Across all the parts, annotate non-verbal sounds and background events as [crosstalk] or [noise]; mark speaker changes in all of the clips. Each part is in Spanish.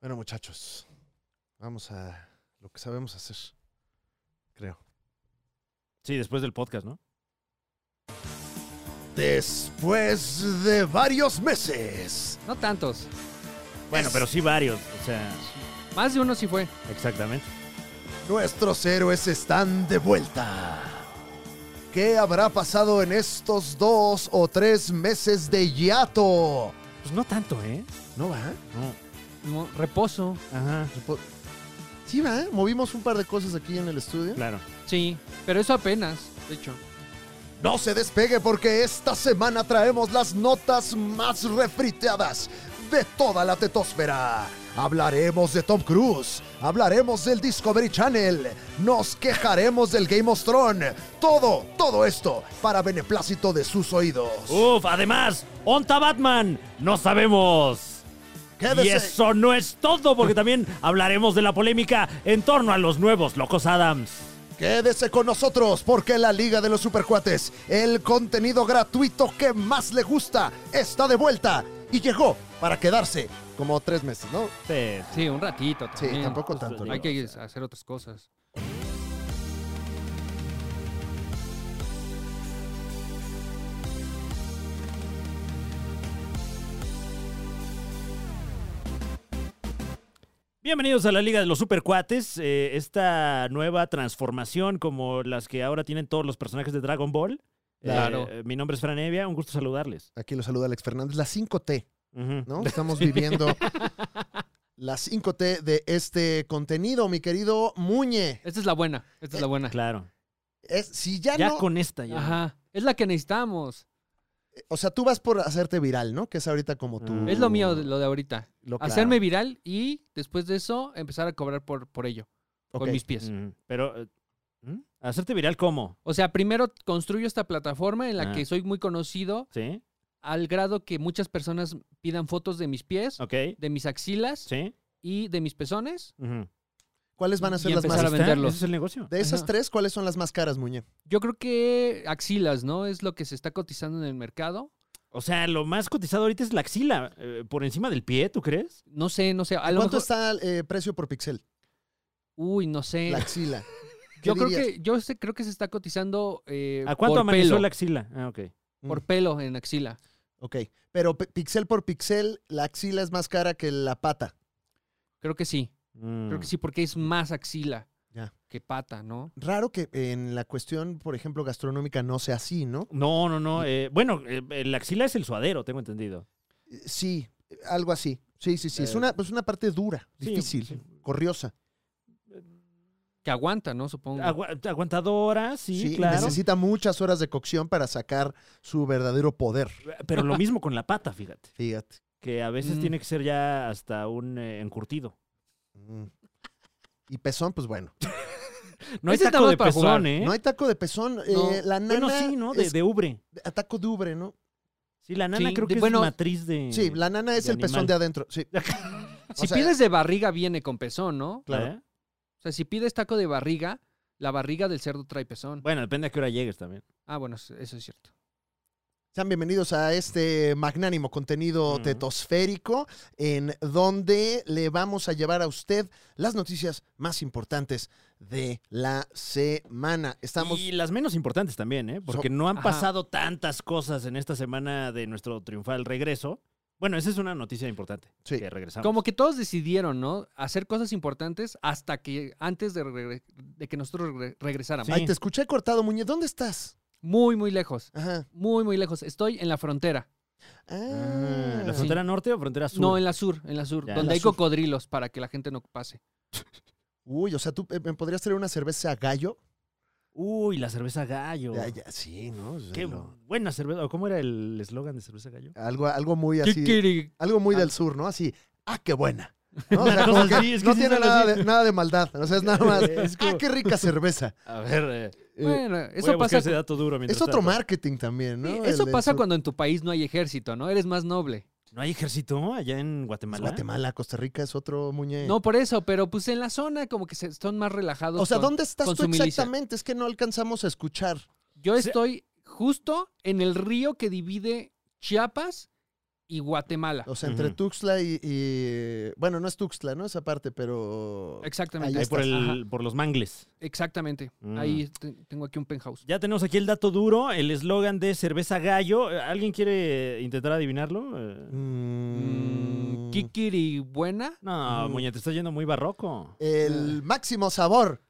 Speaker 1: Bueno, muchachos, vamos a lo que sabemos hacer, creo.
Speaker 2: Sí, después del podcast, ¿no?
Speaker 1: Después de varios meses.
Speaker 3: No tantos.
Speaker 2: Bueno, pero sí varios. O sea,
Speaker 3: Más de uno sí fue.
Speaker 2: exactamente.
Speaker 1: Nuestros héroes están de vuelta. ¿Qué habrá pasado en estos dos o tres meses de hiato?
Speaker 2: Pues no tanto, ¿eh?
Speaker 1: ¿No va?
Speaker 2: No.
Speaker 3: No, reposo.
Speaker 2: Ajá,
Speaker 1: Sí va, movimos un par de cosas aquí en el estudio.
Speaker 2: claro.
Speaker 3: Sí. Pero eso apenas, de hecho.
Speaker 1: No se despegue porque esta semana traemos las notas más refriteadas de toda la tetósfera. Hablaremos de Tom Cruise, hablaremos del Discovery Channel, nos quejaremos del Game of Thrones. Todo, todo esto para beneplácito de sus oídos.
Speaker 2: Uf, además, ¿onta Batman? No sabemos.
Speaker 1: Quédese.
Speaker 2: Y eso no es todo, porque también hablaremos de la polémica en torno a los nuevos Locos Adams.
Speaker 1: Quédese con nosotros porque la Liga de los Supercuates, el contenido gratuito que más le gusta, está de vuelta y llegó para quedarse como tres meses, ¿no?
Speaker 2: Sí.
Speaker 3: Sí, un ratito.
Speaker 1: Sí,
Speaker 3: También.
Speaker 1: tampoco tanto. ¿no?
Speaker 3: Hay que hacer otras cosas.
Speaker 2: Bienvenidos a la Liga de los Supercuates, eh, esta nueva transformación como las que ahora tienen todos los personajes de Dragon Ball. Eh,
Speaker 3: Claro.
Speaker 2: mi nombre es Fran Evia, un gusto saludarles.
Speaker 1: Aquí lo saluda Alex Fernández, la 5T,
Speaker 2: Ujú.
Speaker 1: ¿no? Estamos
Speaker 3: [laughs]
Speaker 1: viviendo la 5T de este contenido, mi querido Muñe.
Speaker 3: Esta es la buena. Esta es la buena.
Speaker 2: Claro.
Speaker 1: Es, si ya,
Speaker 2: Ya
Speaker 1: no,
Speaker 2: con esta ya.
Speaker 3: Ajá. Es la que necesitamos.
Speaker 1: o sea, tú vas por hacerte viral, ¿no? Que es ahorita como tú.
Speaker 2: Mm.
Speaker 3: Es lo mío, de- lo de ahorita.
Speaker 1: lo que-
Speaker 3: Hacerme viral y después de eso empezar a cobrar por, por ello.
Speaker 1: Ok.
Speaker 3: Con mis pies.
Speaker 2: Ujú. Pero, eh, ¿m? ¿hacerte viral cómo?
Speaker 3: O sea, primero construyo esta plataforma en la
Speaker 2: Ah.
Speaker 3: que soy muy conocido
Speaker 2: ¿Sí?
Speaker 3: al grado que muchas personas pidan fotos de mis pies,
Speaker 2: ¿Ok?
Speaker 3: de mis axilas
Speaker 2: ¿Sí?
Speaker 3: y de mis pezones.
Speaker 2: Ujú.
Speaker 1: ¿Cuáles van a ser
Speaker 3: Y
Speaker 1: las
Speaker 2: Ahí
Speaker 3: empezar
Speaker 1: más
Speaker 3: a
Speaker 2: está,
Speaker 3: venderlos.
Speaker 2: Ese es el negocio.
Speaker 1: De esas
Speaker 3: Ajá.
Speaker 1: tres, ¿cuáles son las más caras, Muñe?
Speaker 3: Yo creo que axilas, ¿no? Es lo que se está cotizando en el mercado.
Speaker 2: O sea, lo más cotizado ahorita es la axila, eh, por encima del pie, ¿tú crees?
Speaker 3: No sé, no sé. A lo
Speaker 1: ¿Cuánto
Speaker 3: mejor-
Speaker 1: está el eh, precio por pixel?
Speaker 3: Uy, no sé.
Speaker 1: La axila. ¿Qué
Speaker 3: Eh, Yo creo
Speaker 1: dirías?
Speaker 3: que, yo sé- creo que se está cotizando eh,
Speaker 2: ¿A cuánto
Speaker 3: por
Speaker 2: amaneció
Speaker 3: pelo.
Speaker 2: la axila? Ah, ok.
Speaker 1: Mm.
Speaker 3: Por pelo en axila.
Speaker 1: Ok, pero pi- pixel por pixel, la axila es más cara que la pata.
Speaker 3: Creo que sí.
Speaker 2: Mm.
Speaker 3: Creo que sí, porque es más axila
Speaker 1: Ya.
Speaker 3: que pata, ¿no?
Speaker 1: Raro que en la cuestión, por ejemplo, gastronómica no sea así, ¿no?
Speaker 2: No, no, no. eh, bueno, eh, la axila es el suadero, tengo entendido.
Speaker 1: Eh, Sí, algo así. Sí, sí, sí. Es
Speaker 2: Eh,
Speaker 1: una, pues una parte dura,
Speaker 2: sí,
Speaker 1: difícil,
Speaker 2: sí.
Speaker 1: corriosa.
Speaker 3: Que aguanta, ¿no? Supongo.
Speaker 2: Agua- aguantadora, sí,
Speaker 1: Sí, y
Speaker 2: claro.
Speaker 1: necesita muchas horas de cocción para sacar su verdadero poder.
Speaker 2: Pero lo mismo con la pata, fíjate.
Speaker 1: Fíjate.
Speaker 2: Que a veces
Speaker 3: Mm.
Speaker 2: tiene que ser ya hasta un eh, encurtido.
Speaker 1: Mm. Y pezón, pues bueno.
Speaker 2: No hay
Speaker 3: Ese está
Speaker 2: taco
Speaker 3: más
Speaker 2: de
Speaker 3: para jugar.
Speaker 2: pezón, ¿eh?
Speaker 1: No hay taco de pezón. eh,
Speaker 3: No.
Speaker 1: la nana.
Speaker 2: bueno, sí, ¿no? De,
Speaker 1: es
Speaker 2: de ubre.
Speaker 1: a taco de ubre, ¿no?
Speaker 2: Sí, la nana
Speaker 3: Sí,
Speaker 2: creo
Speaker 3: de-
Speaker 2: que
Speaker 3: bueno,
Speaker 2: es matriz de...
Speaker 1: Sí, la nana es
Speaker 2: de
Speaker 1: el pezón
Speaker 2: animal.
Speaker 1: de adentro. Sí,
Speaker 3: si
Speaker 1: o sea-
Speaker 3: pides de barriga, viene con pezón, ¿no?
Speaker 1: claro.
Speaker 2: ¿Eh?
Speaker 3: O sea, si pides taco de barriga, la barriga del cerdo trae pezón.
Speaker 2: Bueno, depende a qué hora llegues también.
Speaker 3: Ah, bueno, eso eso es cierto.
Speaker 1: Sean bienvenidos a este magnánimo contenido
Speaker 2: Ujú.
Speaker 1: tetosférico en donde le vamos a llevar a usted las noticias más importantes de la semana. Estamos
Speaker 2: Y las menos importantes también, ¿eh? Porque no han
Speaker 3: Ajá.
Speaker 2: pasado tantas cosas en esta semana de nuestro triunfal regreso. Bueno, esa es una noticia importante.
Speaker 1: Sí.
Speaker 2: Que regresamos.
Speaker 3: Como que todos decidieron, ¿no? Hacer cosas importantes hasta que antes de, regre- de que nosotros regre- regresáramos.
Speaker 2: Sí.
Speaker 1: Ay, te escuché cortado, Muñe. ¿Dónde estás?
Speaker 3: Muy, muy lejos.
Speaker 1: Ajá.
Speaker 3: Muy, muy lejos. Estoy en la frontera.
Speaker 2: Ah, ¿La
Speaker 1: Ah.
Speaker 2: frontera norte o frontera sur?
Speaker 3: No, en la sur, en la sur,
Speaker 2: Ya, en
Speaker 3: donde
Speaker 1: la
Speaker 3: hay
Speaker 1: sur.
Speaker 3: cocodrilos para que la gente no pase.
Speaker 1: Uy, o sea, ¿tú eh, me podrías traer una cerveza gallo?
Speaker 2: Uy, la cerveza gallo.
Speaker 1: Ya, ya, sí, ¿no? Sí,
Speaker 2: Qué
Speaker 1: lo-
Speaker 2: buena cerveza. ¿O ¿Cómo era el eslogan de cerveza gallo?
Speaker 1: Algo, algo muy así.
Speaker 3: Chiquiri.
Speaker 1: Algo muy
Speaker 3: Ah.
Speaker 1: del sur, ¿no? Así, ¡ah, qué buena! ¿no? O sea,
Speaker 2: [laughs] Una
Speaker 1: como
Speaker 2: cosa
Speaker 1: que
Speaker 2: así, es que
Speaker 1: no
Speaker 2: sí
Speaker 1: tiene
Speaker 2: suena
Speaker 1: nada
Speaker 2: así.
Speaker 1: de, nada de maldad. O
Speaker 3: [laughs]
Speaker 1: sea, es nada más.
Speaker 2: [laughs] Es como-
Speaker 1: ¡Ah, qué rica cerveza!
Speaker 2: A ver, eh,
Speaker 1: Eh,
Speaker 3: Bueno,
Speaker 2: voy a
Speaker 3: eso
Speaker 2: buscar
Speaker 3: pasa,
Speaker 2: ese dato duro mientras
Speaker 1: Es otro
Speaker 2: tanto.
Speaker 1: marketing también, ¿no?
Speaker 3: sí,
Speaker 1: El
Speaker 3: eso
Speaker 1: del
Speaker 3: pasa
Speaker 1: sur.
Speaker 3: cuando en tu país no hay ejército, ¿no? Eres más noble.
Speaker 2: ¿No hay ejército allá en
Speaker 1: Es
Speaker 2: Guatemala?
Speaker 1: Pues Guatemala, Costa Rica es otro muñe.
Speaker 3: No por eso, pero pues en la zona como que se, son más relajados.
Speaker 1: o sea,
Speaker 3: con-
Speaker 1: ¿dónde estás
Speaker 3: con
Speaker 1: tú
Speaker 3: su milicia.
Speaker 1: exactamente? Es que no alcanzamos a escuchar.
Speaker 3: Yo
Speaker 2: Se-
Speaker 3: estoy justo en el río que divide Chiapas y Guatemala.
Speaker 4: O sea, entre
Speaker 2: Ujú.
Speaker 4: Tuxtla y, y- Bueno, no es Tuxtla, ¿no? Esa parte, pero.
Speaker 3: Exactamente.
Speaker 4: Ya
Speaker 2: Ahí por,
Speaker 4: estás.
Speaker 2: el-
Speaker 3: Ajá.
Speaker 2: por los mangles.
Speaker 3: Exactamente.
Speaker 2: Mm.
Speaker 3: Ahí te- tengo aquí un penthouse.
Speaker 2: Ya tenemos aquí el dato duro, el eslogan de cerveza gallo. Eh, ¿Alguien quiere intentar adivinarlo? Eh,
Speaker 4: Mm,
Speaker 3: Kikiri buena.
Speaker 2: No,
Speaker 4: Mm.
Speaker 2: Muñe, te estás yendo muy barroco.
Speaker 3: ah.
Speaker 4: El máximo sabor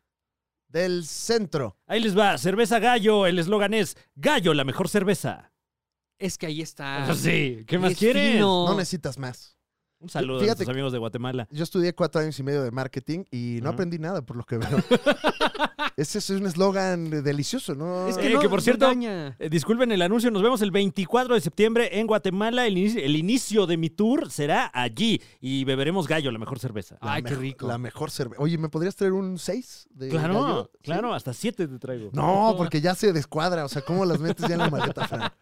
Speaker 4: del centro.
Speaker 2: Ahí les va, cerveza gallo. El eslogan es Gallo, la mejor cerveza.
Speaker 3: Es que ahí está.
Speaker 2: [laughs] sí, ¿qué más
Speaker 3: Ah, Es
Speaker 2: quieres?
Speaker 3: fino.
Speaker 4: No necesitas más.
Speaker 2: Un saludo a
Speaker 4: Fíjate
Speaker 2: nuestros
Speaker 4: que-
Speaker 2: amigos de Guatemala.
Speaker 4: Yo estudié cuatro años y medio de marketing y no
Speaker 2: Ajá.
Speaker 4: aprendí nada por lo que veo. Ese es un eslogan delicioso, ¿no?
Speaker 3: Es
Speaker 2: Eh,
Speaker 3: que, no-
Speaker 2: que por
Speaker 3: no
Speaker 2: cierto-
Speaker 3: daña.
Speaker 2: Eh, disculpen el anuncio, nos vemos el 24 de septiembre en Guatemala. El inicio, el inicio de mi tour será allí y beberemos gallo, la mejor cerveza. Ah,
Speaker 4: La
Speaker 3: Ay, qué
Speaker 4: mejo-
Speaker 3: rico.
Speaker 4: La mejor cerveza. Oye, ¿me podrías traer un 6?
Speaker 2: claro, claro, hasta siete te traigo.
Speaker 4: No, porque ya se descuadra. O sea, ¿cómo las metes ya en la maleta, Fran?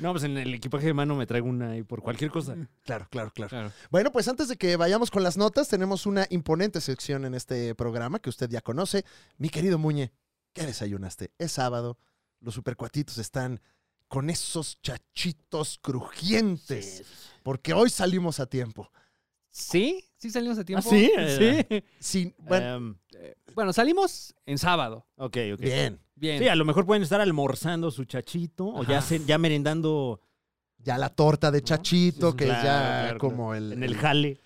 Speaker 2: No, pues en el equipaje de mano me traigo una y por cualquier cosa.
Speaker 4: Claro, claro, claro.
Speaker 3: Claro.
Speaker 4: Bueno, pues antes de que vayamos con las notas, tenemos una imponente sección en este programa que usted ya conoce. Mi querido Muñe, ¿qué desayunaste? Es sábado, los supercuatitos están con esos chachitos crujientes, porque hoy salimos a tiempo.
Speaker 3: ¿Sí? ¿Sí salimos a tiempo?
Speaker 2: Ah, sí?
Speaker 3: Sí.
Speaker 4: Sin, bueno,
Speaker 2: Em,
Speaker 3: Bueno, salimos en sábado.
Speaker 2: ok, ok.
Speaker 4: bien,
Speaker 3: Bien.
Speaker 2: Sí, a lo mejor pueden estar almorzando su chachito o ya,
Speaker 3: Ajá.
Speaker 2: se- ya merendando
Speaker 4: ya la torta de chachito,
Speaker 2: Sí,
Speaker 4: que
Speaker 2: claro,
Speaker 4: es ya
Speaker 2: claro,
Speaker 4: como el...
Speaker 2: en el jale.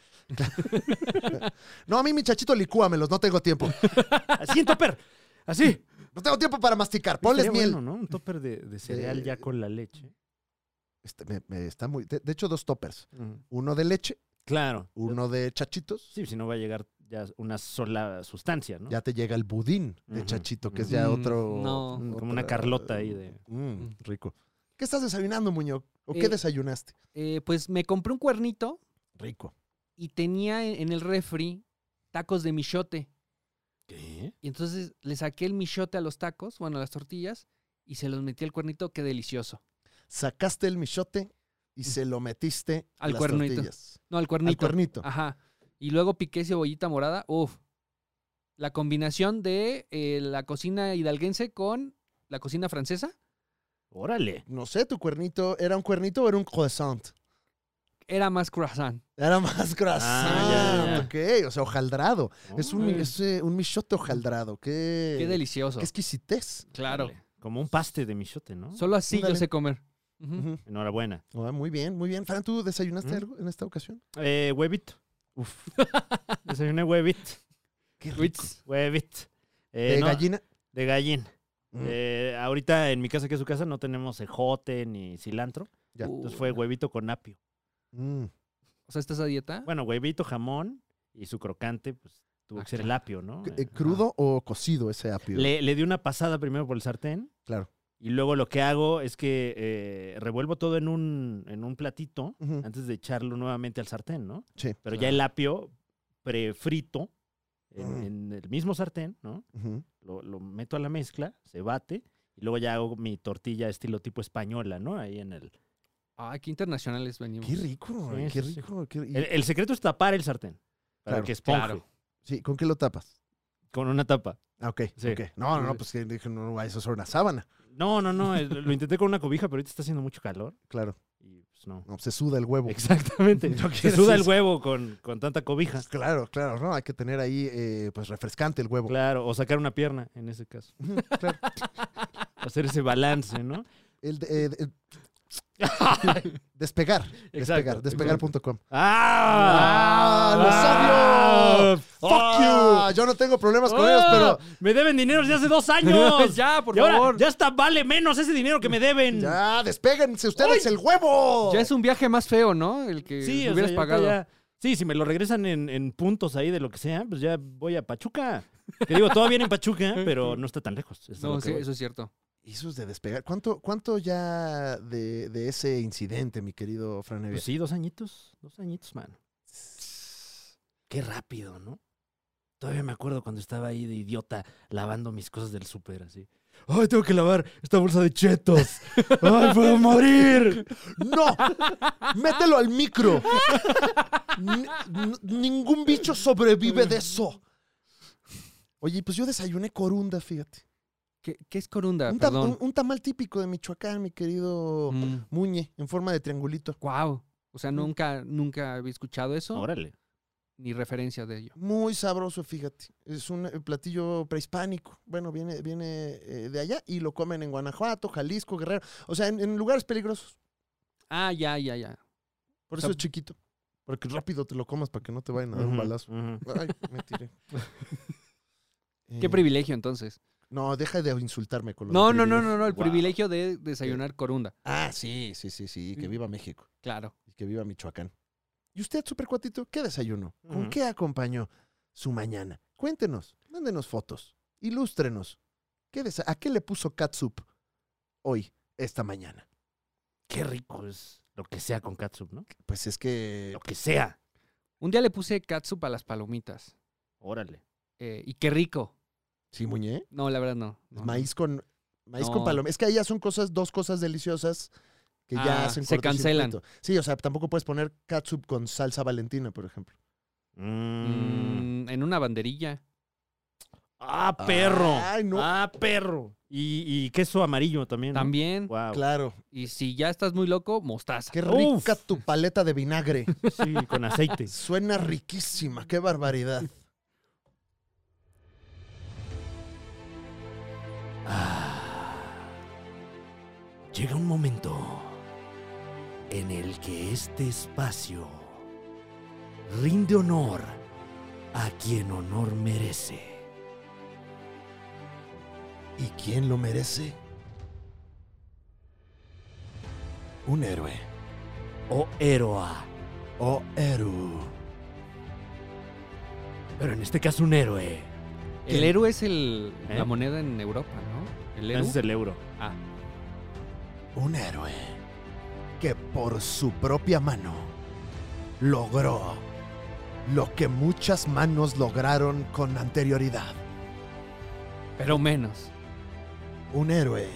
Speaker 4: No, a mí mi chachito licúamelos, no tengo tiempo.
Speaker 2: Así en topper. Así.
Speaker 4: No tengo tiempo para masticar, ponles
Speaker 2: Estaría
Speaker 4: miel.
Speaker 2: bueno, ¿no? Un topper de, de cereal ya con la leche.
Speaker 4: Este, me- me está muy... de- de hecho, dos toppers. Uno de leche,
Speaker 2: Claro.
Speaker 4: uno de chachitos.
Speaker 2: Sí, si no va a llegar ya una sola sustancia, ¿no?
Speaker 4: ya te llega el budín de
Speaker 2: Ujú,
Speaker 4: Chachito, que es
Speaker 2: ujú.
Speaker 4: ya
Speaker 3: Mm,
Speaker 4: otro.
Speaker 3: no.
Speaker 2: Mm,
Speaker 4: otra-
Speaker 2: Como una carlota ahí de...
Speaker 4: Mm,
Speaker 3: Mm.
Speaker 4: rico. ¿Qué estás desayunando, Muñoz? ¿O qué
Speaker 3: Eh,
Speaker 4: desayunaste?
Speaker 3: Eh, pues me compré un cuernito
Speaker 4: Rico.
Speaker 3: y tenía en en el refri tacos de michote.
Speaker 2: ¿Qué?
Speaker 3: Y entonces le saqué el michote a los tacos, bueno, a las tortillas, y se los metí al cuernito. Qué delicioso.
Speaker 4: Sacaste el michote
Speaker 2: Mm.
Speaker 4: y se lo metiste a
Speaker 3: Al
Speaker 4: las
Speaker 3: cuernito.
Speaker 4: tortillas.
Speaker 3: No, al cuernito. Ah.
Speaker 4: Al cuernito.
Speaker 3: Ajá. Y luego piqué cebollita morada. Uf. La combinación de eh, la cocina hidalguense con la cocina francesa
Speaker 2: Órale.
Speaker 4: No sé, tu cuernito, ¿era un cuernito o era un croissant?
Speaker 3: era más croissant.
Speaker 4: Era más croissant.
Speaker 2: Ah,
Speaker 4: Ok, o sea, hojaldrado. es un,
Speaker 2: Órale.
Speaker 4: es, eh, un michote hojaldrado. Qué,
Speaker 3: Qué delicioso.
Speaker 4: qué exquisitez.
Speaker 3: Claro.
Speaker 2: Órale. Como un paste de michote, ¿no?
Speaker 3: Solo así
Speaker 4: Ándale.
Speaker 3: yo sé comer. Ujú.
Speaker 4: Ujú.
Speaker 2: Enhorabuena.
Speaker 4: Ah, muy bien, muy bien. Fran, ¿tú desayunaste
Speaker 2: Mm.
Speaker 4: algo en esta ocasión?
Speaker 2: Eh, huevito.
Speaker 4: [laughs] Uf,
Speaker 2: Desayuné huevito.
Speaker 4: qué rico.
Speaker 3: Wits.
Speaker 2: Huevito. Eh,
Speaker 4: ¿De
Speaker 2: no,
Speaker 4: gallina?
Speaker 2: De gallín.
Speaker 4: Mm.
Speaker 2: Eh, ahorita en mi casa, que es su casa, no tenemos ejote ni cilantro.
Speaker 4: Ya.
Speaker 3: Uh,
Speaker 2: Entonces fue huevito con apio.
Speaker 4: Mm.
Speaker 3: O sea, ¿estás a dieta?
Speaker 2: Bueno, huevito, jamón y su crocante, pues tuvo
Speaker 3: Ah,
Speaker 2: que ser el apio, ¿no?
Speaker 4: C-
Speaker 2: Eh,
Speaker 4: eh, ¿Crudo o cocido ese apio?
Speaker 2: Le, le di una pasada primero por el sartén.
Speaker 4: Claro.
Speaker 2: Y luego lo que hago es que eh, revuelvo todo en un, en un platito
Speaker 4: Ujú.
Speaker 2: antes de echarlo nuevamente al sartén, ¿no?
Speaker 4: Sí.
Speaker 2: Pero ya el apio prefrito en,
Speaker 4: Mm.
Speaker 2: en el mismo sartén, ¿no?
Speaker 4: Ujú.
Speaker 2: Lo, lo meto a la mezcla, se bate y luego ya hago mi tortilla estilo tipo española, ¿no? Ahí en el...
Speaker 3: Ay, qué internacionales venimos. [laughs]
Speaker 4: Qué rico,
Speaker 2: Sí,
Speaker 4: qué
Speaker 2: sí, Eh, sí.
Speaker 4: rico. qué- y-
Speaker 2: El, el secreto es tapar el sartén para
Speaker 4: Claro,
Speaker 2: que esponje
Speaker 3: claro.
Speaker 4: sí, ¿Con qué lo tapas?
Speaker 2: con una tapa.
Speaker 4: Ah, ok.
Speaker 2: Sí.
Speaker 4: ok. No, no, no, pues que dije, no, eso es una sábana.
Speaker 2: No, no, no, eh, lo intenté con una cobija, pero ahorita está haciendo mucho calor
Speaker 4: Claro.
Speaker 2: y pues no.
Speaker 4: No, se suda el huevo.
Speaker 2: Exactamente.
Speaker 4: No
Speaker 2: [laughs] Se
Speaker 4: quieres
Speaker 2: suda el
Speaker 4: eso.
Speaker 2: huevo con, con tanta cobija.
Speaker 4: Pues, Claro, claro, no, hay que tener ahí, eh, pues, refrescante el huevo.
Speaker 2: Claro, o sacar una pierna en ese caso.
Speaker 4: Ujú, claro.
Speaker 2: [laughs] Hacer ese balance, ¿no?
Speaker 4: El de- eh, de- despegar, despegar, despegar.com.
Speaker 2: ¡Ah!
Speaker 4: ¡Ah, lo sabio!
Speaker 2: ¡Fuck
Speaker 4: ¡Ah! Yo no tengo problemas con ellos, pero
Speaker 2: ¡Ah! ¡Me deben dinero desde hace dos años!
Speaker 3: [laughs] ya, por
Speaker 2: Y ahora
Speaker 3: favor.
Speaker 2: ya hasta vale menos ese dinero que me deben.
Speaker 4: ya, ah, despéguense ustedes el huevo.
Speaker 3: Ya es un viaje más feo, ¿no? El que
Speaker 2: Sí, o sea,
Speaker 3: hubieras
Speaker 2: ya
Speaker 3: pagado.
Speaker 2: ahorita ya- Sí, si me lo regresan en, en puntos ahí de lo que sea, pues ya voy a Pachuca. Que digo, todo bien en
Speaker 3: [laughs]
Speaker 2: Pachuca, pero no está tan lejos. es a lo
Speaker 3: No,
Speaker 2: que
Speaker 3: sí,
Speaker 2: voy.
Speaker 3: eso es cierto.
Speaker 4: Y eso es de despegar. ¿Cuánto, cuánto ya de, de ese incidente, mi querido Fran Evia?
Speaker 2: Pues sí, dos añitos, dos añitos, mano. Qué rápido, ¿no? Todavía me acuerdo cuando estaba ahí de idiota lavando mis cosas del súper así. ¡Ay, tengo que lavar esta bolsa de
Speaker 3: [laughs]
Speaker 2: chetos! ¡Ay, puedo morir!
Speaker 4: ¡No! ¡Mételo al micro! Ni- n- ningún bicho sobrevive de eso. Oye, pues yo desayuné corunda, fíjate.
Speaker 3: ¿Qué, qué es corunda?
Speaker 4: Un, tam-
Speaker 3: Ah, Perdón.
Speaker 4: un- un tamal típico de Michoacán, mi querido Muñe, en forma de triangulito.
Speaker 3: Wow. O
Speaker 2: Mm.
Speaker 3: sea, nunca, nunca había escuchado eso
Speaker 2: Órale.
Speaker 3: ni referencia de ello.
Speaker 4: Muy sabroso, fíjate. Es un eh, platillo prehispánico. Bueno, viene, viene eh, de allá y lo comen en Guanajuato, Jalisco, Guerrero. O sea, en, en lugares peligrosos.
Speaker 3: Ah, ya, ya, ya.
Speaker 4: Por
Speaker 3: O
Speaker 4: eso
Speaker 3: sea-
Speaker 4: es chiquito. Para que rápido te lo comas para que no te vayan a dar un
Speaker 2: Ujú,
Speaker 4: balazo.
Speaker 2: ujú.
Speaker 4: Ay, me
Speaker 3: [laughs]
Speaker 4: tiré.
Speaker 3: Qué
Speaker 4: Eh,
Speaker 3: privilegio entonces.
Speaker 4: No, deja de insultarme con lo de
Speaker 3: No, no, no,
Speaker 4: privilegio.
Speaker 3: no, no, el
Speaker 2: Wow.
Speaker 3: privilegio de desayunar corunda.
Speaker 4: Ah, sí, sí, sí, sí.
Speaker 3: Mm.
Speaker 4: y Que viva México.
Speaker 3: Claro.
Speaker 4: Y que viva Michoacán. ¿Y usted, supercuatito, qué desayuno? ¿Con
Speaker 2: Ujú.
Speaker 4: qué acompañó su mañana? Cuéntenos, mándenos fotos, ilústrenos. ¿Qué desa- ¿A qué le puso catsup hoy, esta mañana?
Speaker 2: Qué rico es lo que sea con catsup, ¿no?
Speaker 4: Pues es que
Speaker 2: Lo que sea.
Speaker 3: Un día le puse catsup a las palomitas.
Speaker 2: Órale.
Speaker 3: eh, y qué rico.
Speaker 4: sí, muñe,
Speaker 3: No, la verdad no. no, no.
Speaker 4: maíz con maíz con
Speaker 3: No.
Speaker 4: paloma. Es que ahí ya son cosas, dos cosas deliciosas que ya
Speaker 3: Ah,
Speaker 4: hacen
Speaker 3: se cancelan.
Speaker 4: cortocircuito. Sí, o sea, tampoco puedes poner catsup con salsa valentina, por ejemplo.
Speaker 2: Mm.
Speaker 3: Mm, en una banderilla.
Speaker 2: Ah, perro.
Speaker 4: Ay, no.
Speaker 2: Ah, perro. Y, y queso amarillo también. ¿no?
Speaker 3: También.
Speaker 2: Guau.
Speaker 4: Claro,
Speaker 3: Y si ya estás muy loco, mostaza.
Speaker 4: qué
Speaker 2: Uf.
Speaker 4: rica tu paleta de vinagre.
Speaker 2: Sí, con aceite.
Speaker 4: Suena riquísima, qué barbaridad.
Speaker 2: [laughs] Llega un momento en el que este espacio rinde honor a quien honor merece.
Speaker 4: ¿Y quién lo merece? Un héroe. Oh,
Speaker 2: O héroa.
Speaker 4: O héroe.
Speaker 2: Pero en este caso un héroe.
Speaker 3: Uh, El
Speaker 4: ¿Qué?
Speaker 3: euro es el,
Speaker 2: ¿Eh?
Speaker 3: la moneda en Europa, ¿no? El euro.
Speaker 2: Ese es el euro.
Speaker 3: Ah,
Speaker 4: Un héroe que por su propia mano logró lo que muchas manos lograron con anterioridad.
Speaker 3: pero menos.
Speaker 4: Un héroe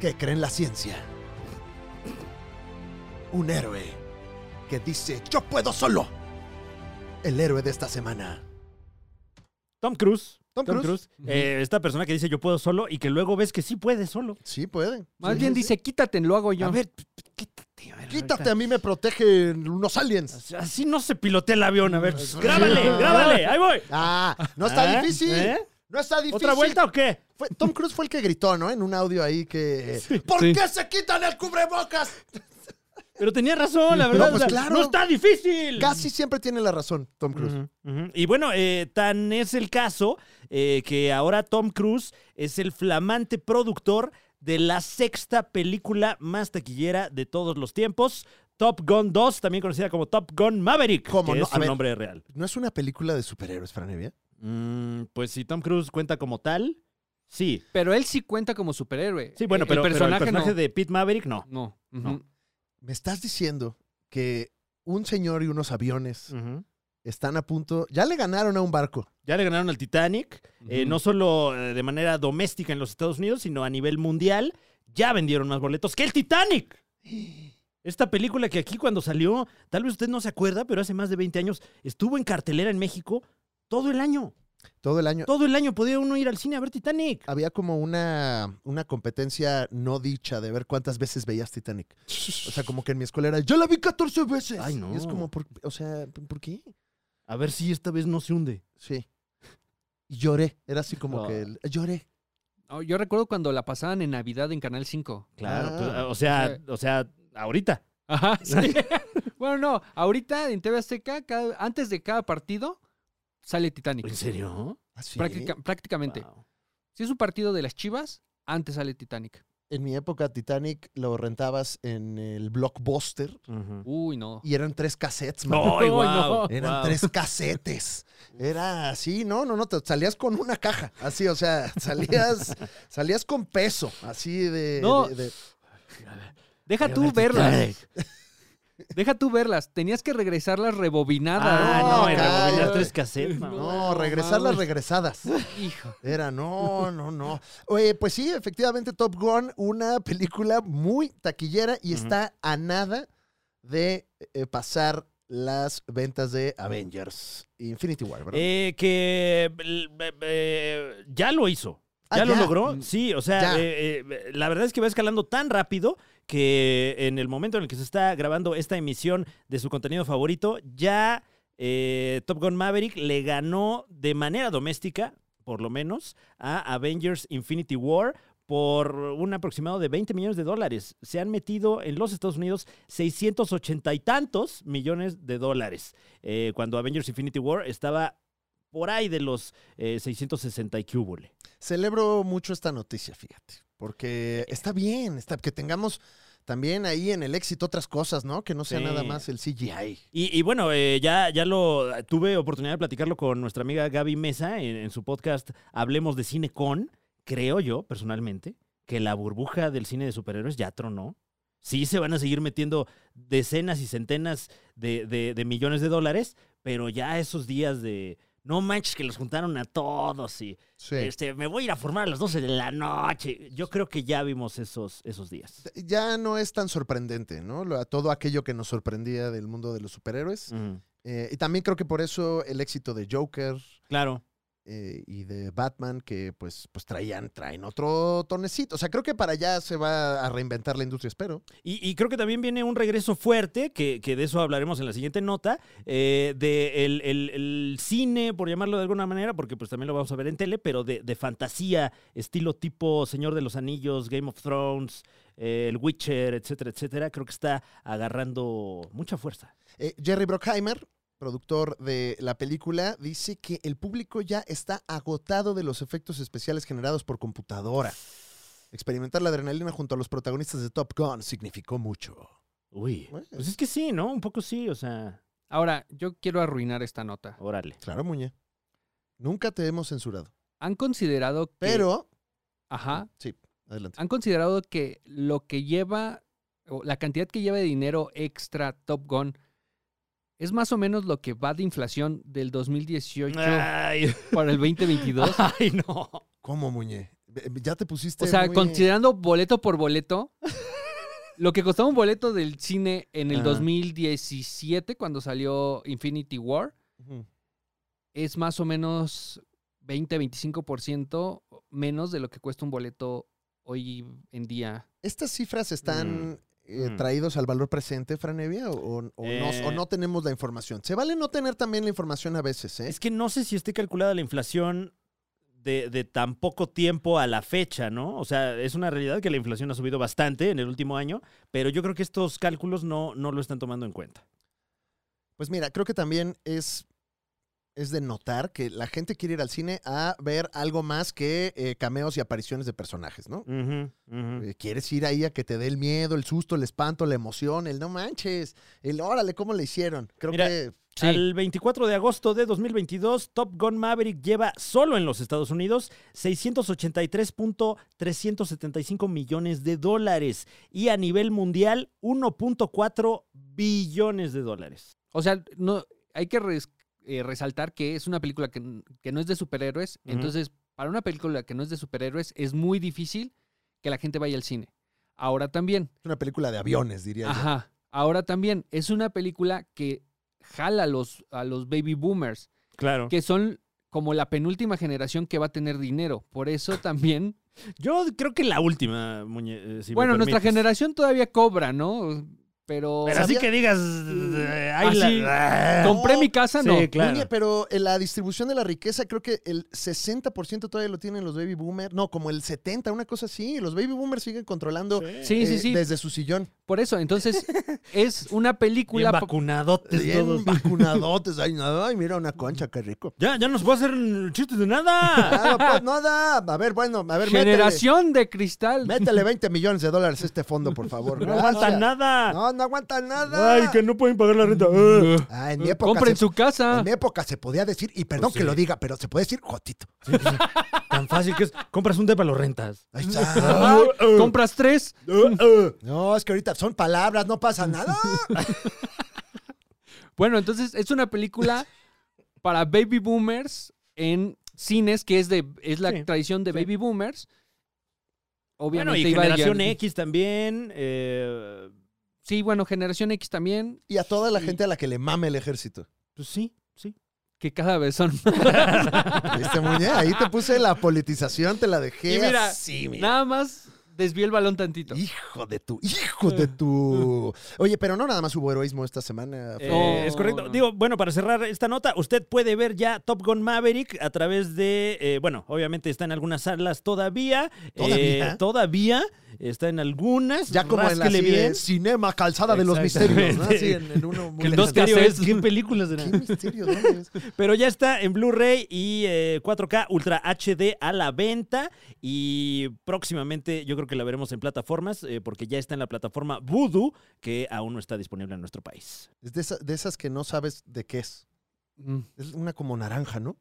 Speaker 4: que cree en la ciencia. Un héroe que dice, yo puedo solo. El héroe de esta semana.
Speaker 2: Tom Cruise.
Speaker 4: Tom Cruise.
Speaker 3: Ujú.
Speaker 2: Eh, esta persona que dice yo puedo solo y que luego ves que sí puede solo.
Speaker 4: Sí, puede.
Speaker 3: Más bien dice, quítate, lo hago yo.
Speaker 2: A ver, p- p- quítate. a ver,
Speaker 4: Quítate,
Speaker 2: ahorita.
Speaker 4: a mí me protegen unos aliens.
Speaker 2: Así- Así no se pilotea el avión. A ver,
Speaker 4: Pues,
Speaker 2: grábale,
Speaker 4: sí.
Speaker 2: grábale. Ahí voy.
Speaker 4: Ah, no está
Speaker 2: ¿Eh?
Speaker 4: difícil.
Speaker 2: ¿Eh?
Speaker 4: No está difícil.
Speaker 2: ¿Otra vuelta o qué?
Speaker 4: Fue- Tom Cruise fue el que gritó, ¿no? En un audio ahí que. ¿Por
Speaker 3: Sí.
Speaker 4: qué se quitan el cubrebocas?
Speaker 2: Pero tenía razón, la verdad.
Speaker 4: pues
Speaker 2: o sea,
Speaker 4: claro.
Speaker 2: No está difícil.
Speaker 4: Casi siempre tiene la razón, Tom Cruise.
Speaker 2: Ujú, ujú. Y bueno, eh, tan es el caso eh, que ahora Tom Cruise es el flamante productor de la sexta película más taquillera de todos los tiempos, Top Gun 2, también conocida como Top Gun Maverick,
Speaker 4: ¿Cómo
Speaker 2: que
Speaker 4: no?
Speaker 2: es
Speaker 4: A
Speaker 2: su
Speaker 4: ver.
Speaker 2: nombre real.
Speaker 3: Mm.
Speaker 4: ¿No es una película de superhéroes, Franevia?
Speaker 2: Mm, pues si Tom Cruise cuenta como tal, sí.
Speaker 3: Pero él sí cuenta como superhéroe.
Speaker 2: Sí, bueno,
Speaker 3: Eh,
Speaker 2: pero pero
Speaker 3: el personaje, no.
Speaker 2: de Pete Maverick no.
Speaker 3: No. ujú.
Speaker 2: No.
Speaker 4: Me estás diciendo que un señor y unos aviones
Speaker 3: Mm.
Speaker 2: Ujú.
Speaker 4: están a punto. Ya le ganaron a un barco.
Speaker 2: Ya le ganaron al Titanic, eh,
Speaker 3: Ujú.
Speaker 2: no solo eh, de manera doméstica en los Estados Unidos, sino a nivel mundial. Ya vendieron más boletos que el Titanic. Esta película que aquí cuando salió, tal vez usted no se acuerda, pero hace más de 20 años estuvo en cartelera en México todo el año.
Speaker 4: Todo el año.
Speaker 2: Todo el año podía uno ir al cine a ver Titanic.
Speaker 4: Había como una, una competencia no dicha de ver cuántas veces veías Titanic. O sea, como que en mi escuela era, yo la vi 14 veces.
Speaker 2: Ay, no.
Speaker 4: Y es como, por- o sea, ¿por qué?
Speaker 2: A ver si esta vez no se hunde.
Speaker 4: Sí. Y lloré. Era así como
Speaker 2: Ah.
Speaker 4: que el- lloré.
Speaker 3: Oh, Yo recuerdo cuando la pasaban en Navidad en Canal 5.
Speaker 2: Claro,
Speaker 4: Ah.
Speaker 2: pues, o sea, o sea, ahorita.
Speaker 3: [laughs] Ajá. bueno, no. Ahorita en TV Azteca, cada- antes de cada partido, sale Titanic.
Speaker 2: ¿En serio?
Speaker 4: Así.
Speaker 3: Práctica-
Speaker 2: ¿eh?
Speaker 3: prácticamente.
Speaker 2: Wow.
Speaker 3: Si es un partido de las Chivas, antes sale Titanic.
Speaker 4: En mi época, Titanic lo rentabas en el blockbuster
Speaker 2: Ujú.
Speaker 3: Uy, no.
Speaker 4: y eran tres cassettes, man.
Speaker 2: ¡Ay,
Speaker 3: no.
Speaker 2: guau!
Speaker 4: Eran
Speaker 2: Guau.
Speaker 4: tres casetes. Era así, no, no, no, te salías con una caja, así, o sea, salías, salías con peso, así de...
Speaker 3: No.
Speaker 4: de- de-
Speaker 3: Deja
Speaker 2: Voy a
Speaker 3: tú
Speaker 2: ver
Speaker 3: verlas.
Speaker 2: Titanic.
Speaker 3: Deja tú verlas. Tenías que regresarlas rebobinadas.
Speaker 2: Ah,
Speaker 4: No,
Speaker 2: no, y
Speaker 4: caray.
Speaker 2: rebobinar tres cassettes. mamá.
Speaker 4: no, regresar las
Speaker 3: mames.
Speaker 4: regresadas.
Speaker 3: Hijo.
Speaker 4: Era, no, no, no. Oye, pues sí, efectivamente, Top Gun, una película muy taquillera y
Speaker 2: Ujú.
Speaker 4: está a nada de eh, pasar las ventas de Avengers Infinity War, ¿verdad?
Speaker 2: Eh, que eh, eh, ya lo hizo.
Speaker 4: Ah,
Speaker 2: ¿Ya, lo
Speaker 4: ya.
Speaker 2: logró? Sí, o sea,
Speaker 4: Ya.
Speaker 2: eh, eh, la verdad es que va escalando tan rápido que en el momento en el que se está grabando esta emisión de su contenido favorito, ya eh, Top Gun Maverick le ganó de manera doméstica, por lo menos, a Avengers Infinity War por un aproximado de 20 millones de dólares. Se han metido en los Estados Unidos 680 y tantos millones de dólares. eh, cuando Avengers Infinity War estaba por ahí de los eh, 660 y cúbole.
Speaker 4: Celebro mucho esta noticia, fíjate, porque está bien, está, que tengamos también ahí en el éxito otras cosas, ¿no? Que no sea
Speaker 2: Sí.
Speaker 4: nada más el CGI.
Speaker 2: Y, y bueno, eh, ya, ya lo tuve oportunidad de platicarlo con nuestra amiga Gaby Mesa en, en su podcast Hablemos de Cine con. Creo yo, personalmente, que la burbuja del cine de superhéroes ya tronó. Sí, se van a seguir metiendo decenas y centenas de, de- de millones de dólares, pero ya esos días de. No manches que los juntaron a todos y
Speaker 4: Sí.
Speaker 2: este, me voy a ir a formar a las 12 de la noche. Yo creo que ya vimos esos, esos días.
Speaker 4: Ya no es tan sorprendente, ¿no? Lo- Todo aquello que nos sorprendía del mundo de los superhéroes.
Speaker 2: Ujú.
Speaker 4: Eh, y también creo que por eso el éxito de Joker
Speaker 2: Claro.
Speaker 4: eh, y de Batman, que pues, pues traían, traen otro tonecito. O sea, creo que para allá se va a reinventar la industria, espero.
Speaker 2: Y, y creo que también viene un regreso fuerte, que, que de eso hablaremos en la siguiente nota, eh, de el, el- el cine, por llamarlo de alguna manera, porque pues también lo vamos a ver en tele, pero de, de fantasía, estilo tipo Señor de los Anillos, Game of Thrones, eh, El Witcher, etcétera, etcétera. Creo que está agarrando mucha fuerza.
Speaker 4: Eh, Jerry Brockheimer, productor de la película, dice que el público ya está agotado de los efectos especiales generados por computadora. Experimentar la adrenalina junto a los protagonistas de Top Gun significó mucho.
Speaker 2: Uy.
Speaker 4: Bueno.
Speaker 2: Pues es que sí, ¿no? Un poco sí, o sea,
Speaker 3: Ahora, yo quiero arruinar esta nota.
Speaker 2: órale.
Speaker 4: Claro, Muñe. Nunca te hemos censurado.
Speaker 3: Han considerado que.
Speaker 4: Pero,
Speaker 3: Ajá.
Speaker 4: sí, adelante.
Speaker 3: Han considerado que lo que lleva. O la cantidad que lleva de dinero extra Top Gun. Es más o menos lo que va de inflación del 2018
Speaker 2: Ay, [laughs]
Speaker 3: para el 2022.
Speaker 2: ay, no.
Speaker 4: ¿Cómo, Muñe? Eh, Ya te pusiste.
Speaker 3: O sea,
Speaker 4: muy-
Speaker 3: considerando boleto
Speaker 2: [laughs]
Speaker 3: por boleto, lo que costaba un boleto del cine en el
Speaker 2: Ajá.
Speaker 3: 2017, cuando salió Infinity War,
Speaker 4: Ujú.
Speaker 3: es más o menos 20-25% menos de lo que cuesta un boleto hoy en día.
Speaker 4: ¿Estas cifras están
Speaker 2: Mm.
Speaker 4: eh,
Speaker 2: Mm.
Speaker 4: traídos al valor presente, Franevia? O, o- o
Speaker 2: Eh.
Speaker 4: no, o no tenemos la información? Se vale no tener también la información a veces, ¿eh?
Speaker 2: Es que no sé si esté calculada la inflación de, de tan poco tiempo a la fecha, ¿no? O sea, es una realidad que la inflación ha subido bastante en el último año, pero yo creo que estos cálculos no, no lo están tomando en cuenta.
Speaker 4: Pues mira, creo que también es, es de notar que la gente quiere ir al cine a ver algo más que eh, cameos y apariciones de personajes, ¿no?
Speaker 2: Ujú, ujú.
Speaker 4: Eh, Quieres ir ahí a que te dé el miedo, el susto, el espanto, la emoción, el no manches, el órale, ¿cómo le hicieron? Creo
Speaker 2: Mira,
Speaker 4: que
Speaker 3: Sí.
Speaker 2: Al 24 de agosto de 2022, Top Gun Maverick lleva solo en los Estados Unidos 683.375 millones de dólares y a nivel mundial 1.4 billones de dólares.
Speaker 3: O sea, no, hay que res- eh, resaltar que es una película que, n- que no es de superhéroes.
Speaker 2: Ujú.
Speaker 3: Entonces, para una película que no es de superhéroes, es muy difícil que la gente vaya al cine. Ahora también,
Speaker 4: es una película de aviones, diría yo.
Speaker 3: Ajá. Ahora también es una película que jala a los, a los baby boomers,
Speaker 2: Claro.
Speaker 3: que son como la penúltima generación que va a tener dinero. Por eso también.
Speaker 2: Yo creo que la última, Muñe, eh, si me
Speaker 3: bueno, nuestra
Speaker 2: permites.
Speaker 3: generación todavía cobra, ¿no? Pero.
Speaker 2: Pero así
Speaker 4: ¿Sabía?
Speaker 2: que digas. eh, ahí
Speaker 3: Así,
Speaker 2: la- Ah.
Speaker 3: Compré
Speaker 4: No,
Speaker 3: mi casa,
Speaker 2: Sí,
Speaker 3: no.
Speaker 2: claro.
Speaker 4: Oye, pero en la distribución de la riqueza, creo que el 60% todavía lo tienen los baby boomers. No, como el 70%, una cosa así. Los baby boomers siguen controlando
Speaker 3: Sí, sí,
Speaker 4: eh,
Speaker 3: sí.
Speaker 4: desde su sillón.
Speaker 3: Por eso.
Speaker 2: [laughs]
Speaker 3: Entonces, es una película.
Speaker 2: Bien vacunadotes todos.
Speaker 4: Bien vacunadotes. Ay, no, ay, mira una concha, qué rico.
Speaker 2: Ya, ya no se puede hacer chistes de nada.
Speaker 4: Ah, pues nada. A ver, bueno, a ver, métele,
Speaker 3: generación de cristal.
Speaker 4: métele 20 millones de dólares a este fondo, por favor.
Speaker 2: No
Speaker 4: Gracias.
Speaker 2: aguanta nada.
Speaker 4: No, no aguanta nada.
Speaker 2: Ay, que no pueden pagar la renta. Ah.
Speaker 4: Ah, en mi época
Speaker 3: Compren
Speaker 4: se-
Speaker 3: su casa.
Speaker 4: En mi época se podía decir, y perdón
Speaker 2: Pues sí.
Speaker 4: que lo diga, pero se puede decir jotito.
Speaker 2: Tan fácil que es. Compras un depa, lo rentas.
Speaker 4: Ahí
Speaker 3: Ah, [laughs]
Speaker 4: está.
Speaker 3: Compras tres.
Speaker 4: No, es que ahorita son palabras, no pasa nada.
Speaker 3: Bueno, entonces es una película para baby boomers en cines, que es de es la
Speaker 2: Sí,
Speaker 3: tradición de
Speaker 2: sí.
Speaker 3: baby boomers. Obviamente
Speaker 2: Bueno, y
Speaker 3: iba a-
Speaker 2: Generación X también. eh,
Speaker 3: Sí, bueno, generación X también.
Speaker 4: Y a toda la gente a la que le mame el ejército.
Speaker 2: pues sí, sí.
Speaker 3: que cada vez son
Speaker 4: ¿Viste, Muñe? Ahí te puse la politización, te la dejé
Speaker 3: Y mira,
Speaker 4: así, mira.
Speaker 3: Nada más desvié el balón tantito.
Speaker 4: Hijo de tu, hijo [laughs] de tu. Oye, pero no nada más hubo heroísmo esta semana.
Speaker 2: Eh,
Speaker 3: No,
Speaker 2: es correcto.
Speaker 3: no.
Speaker 2: Digo, bueno, para cerrar esta nota, usted puede ver ya Top Gun Maverick a través de, eh, bueno, obviamente está en algunas salas todavía.
Speaker 4: ¿Todavía?
Speaker 2: Eh, todavía está en algunas.
Speaker 4: Ya como en la
Speaker 2: Rásquele
Speaker 4: así de
Speaker 2: bien.
Speaker 4: cinema calzada de los [laughs] misterios,
Speaker 2: Exactamente.
Speaker 4: ¿no? Así en, en uno muy
Speaker 3: Que el
Speaker 2: El
Speaker 3: dos
Speaker 4: elegante.
Speaker 2: misterio es
Speaker 3: cassettes.
Speaker 2: qué películas
Speaker 4: ¿Qué
Speaker 2: eran?
Speaker 4: misterio? ¿Dónde es?
Speaker 2: Pero ya está en Blu-ray y eh, 4K Ultra HD a la venta. Y próximamente yo creo que la veremos en plataformas, eh, porque ya está en la plataforma Voodoo, que aún no está disponible en nuestro país.
Speaker 4: Es de, esa- de esas que no sabes de qué es.
Speaker 3: Mm,
Speaker 4: Es una como naranja, ¿no?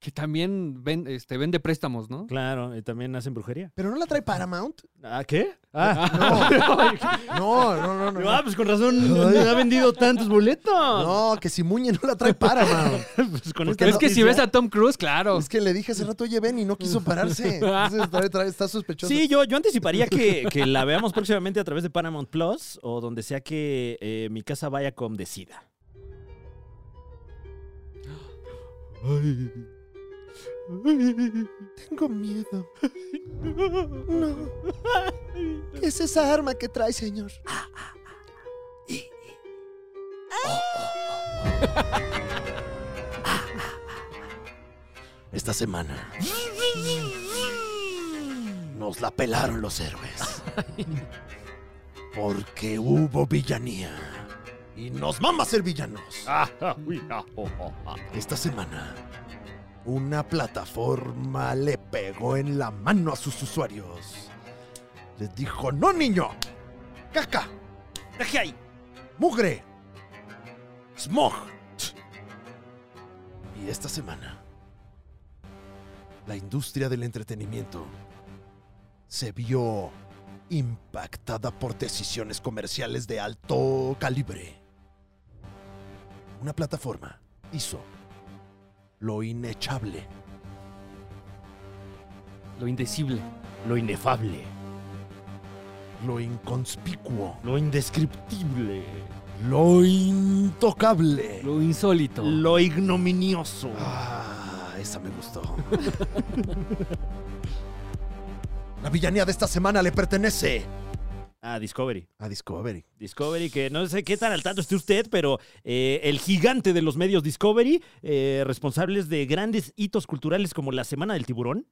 Speaker 3: Que también ven, este, vende préstamos, ¿no?
Speaker 2: Claro, y también hacen brujería.
Speaker 4: Pero no la trae Paramount.
Speaker 2: ¿Ah, qué? Ah,
Speaker 4: No, no, [laughs] no, no.
Speaker 2: ah,
Speaker 4: No,
Speaker 2: pues con [laughs] razón no ha vendido tantos boletos.
Speaker 4: No, que si Muñe no la trae Paramount.
Speaker 2: Pues con esta
Speaker 3: es que si
Speaker 2: noticia-
Speaker 3: ves a Tom Cruise, claro.
Speaker 4: Es que le dije hace rato, oye, ven, y no quiso pararse. Entonces trae- trae- está sospechoso.
Speaker 2: Sí, yo, yo anticiparía que, que la veamos próximamente a través de Paramount Plus o donde sea que eh, mi casa vaya con decida.
Speaker 4: Tengo miedo. No. ¿Qué es esa arma que trae, señor? Esta semana nos la pelaron los héroes. Porque hubo villanía. Y nos mama ser villanos. Esta semana, una plataforma le pegó en la mano a sus usuarios. Les dijo, no niño, caca,
Speaker 2: Deje ahí.
Speaker 4: mugre, smog. Y esta semana, la industria del entretenimiento se vio impactada por decisiones comerciales de alto calibre. Una plataforma hizo lo inechable.
Speaker 3: Lo indecible.
Speaker 2: Lo inefable,
Speaker 4: lo inconspicuo,
Speaker 2: lo indescriptible,
Speaker 4: lo intocable.
Speaker 3: Lo insólito.
Speaker 2: lo ignominioso.
Speaker 4: Ah, esa me gustó. [laughs] La villanía de esta semana le pertenece
Speaker 2: Ah, Discovery.
Speaker 4: a Discovery.
Speaker 2: Discovery, que no sé qué tan al tanto esté usted, pero eh, el gigante de los medios Discovery, eh, responsables de grandes hitos culturales como la Semana del Tiburón,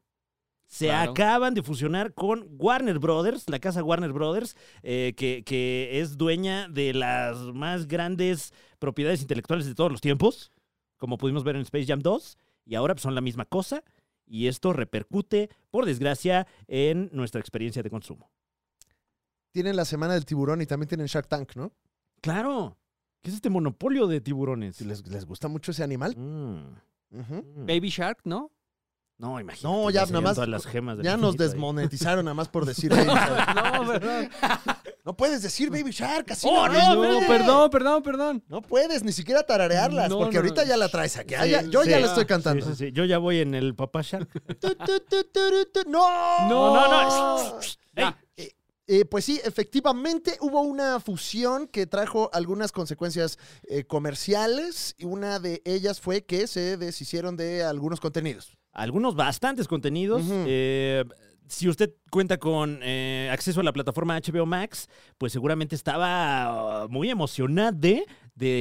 Speaker 2: se
Speaker 3: Claro.
Speaker 2: acaban de fusionar con Warner Brothers, la casa Warner Brothers, eh, que, que es dueña de las más grandes propiedades intelectuales de todos los tiempos, como pudimos ver en Space Jam 2, y ahora pues, son la misma cosa, y esto repercute, por desgracia, en nuestra experiencia de consumo.
Speaker 4: Tienen la semana del tiburón y también tienen Shark Tank, ¿no?
Speaker 2: Claro. ¿Qué es este monopolio de tiburones?
Speaker 4: Si les, les gusta mucho ese animal.
Speaker 2: Mm,
Speaker 4: Ujú.
Speaker 2: mm.
Speaker 3: Baby Shark, ¿no?
Speaker 2: No, imagínate.
Speaker 4: No, ya
Speaker 2: se
Speaker 4: nada
Speaker 2: llevan
Speaker 4: más-
Speaker 2: todas las gemas del
Speaker 4: Ya nos
Speaker 2: infinito ahí.
Speaker 4: desmonetizaron nada más por decir Baby Shark.
Speaker 3: No, perdón.
Speaker 4: [laughs] No puedes decir Baby Shark así.
Speaker 3: Oh,
Speaker 4: nomás,
Speaker 3: no, no,
Speaker 4: güey.
Speaker 3: perdón, perdón, perdón.
Speaker 4: No puedes ni siquiera tararearlas
Speaker 3: No,
Speaker 4: porque
Speaker 3: no,
Speaker 4: ahorita
Speaker 3: no.
Speaker 4: ya la traes aquí. Ah,
Speaker 2: Sí,
Speaker 4: ya- yo
Speaker 2: sí.
Speaker 4: ya la estoy
Speaker 2: Sí,
Speaker 4: cantando.
Speaker 2: sí, sí. Yo ya voy en el papá Shark.
Speaker 4: Tu, tu, tu, tu, tu, tu. [laughs] ¡No!
Speaker 3: No,
Speaker 2: no, no.
Speaker 3: Ya.
Speaker 4: Eh, pues sí, efectivamente hubo una fusión que trajo algunas consecuencias eh, comerciales y una de ellas fue que se deshicieron de algunos contenidos.
Speaker 2: Algunos bastantes contenidos.
Speaker 4: Ujú.
Speaker 2: Eh, si usted cuenta con eh, acceso a la plataforma HBO Max, pues seguramente estaba ah, muy emocionada de,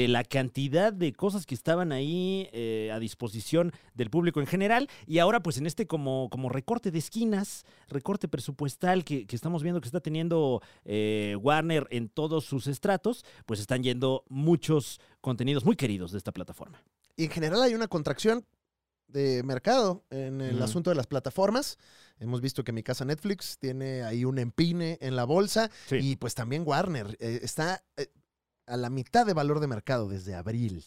Speaker 2: la cantidad de cosas que estaban ahí eh, a disposición del público en general. Y ahora, pues en este como, como recorte de esquinas, recorte presupuestal que, que estamos viendo que está teniendo eh, Warner en todos sus estratos, pues están yendo muchos contenidos muy queridos de esta plataforma.
Speaker 4: Y en general hay una contracción de mercado en el
Speaker 2: Ujú.
Speaker 4: asunto de las plataformas. Hemos visto que mi casa Netflix tiene ahí un empine en la bolsa
Speaker 2: Sí.
Speaker 4: y pues también Warner eh, está eh, a la mitad de valor de mercado desde abril.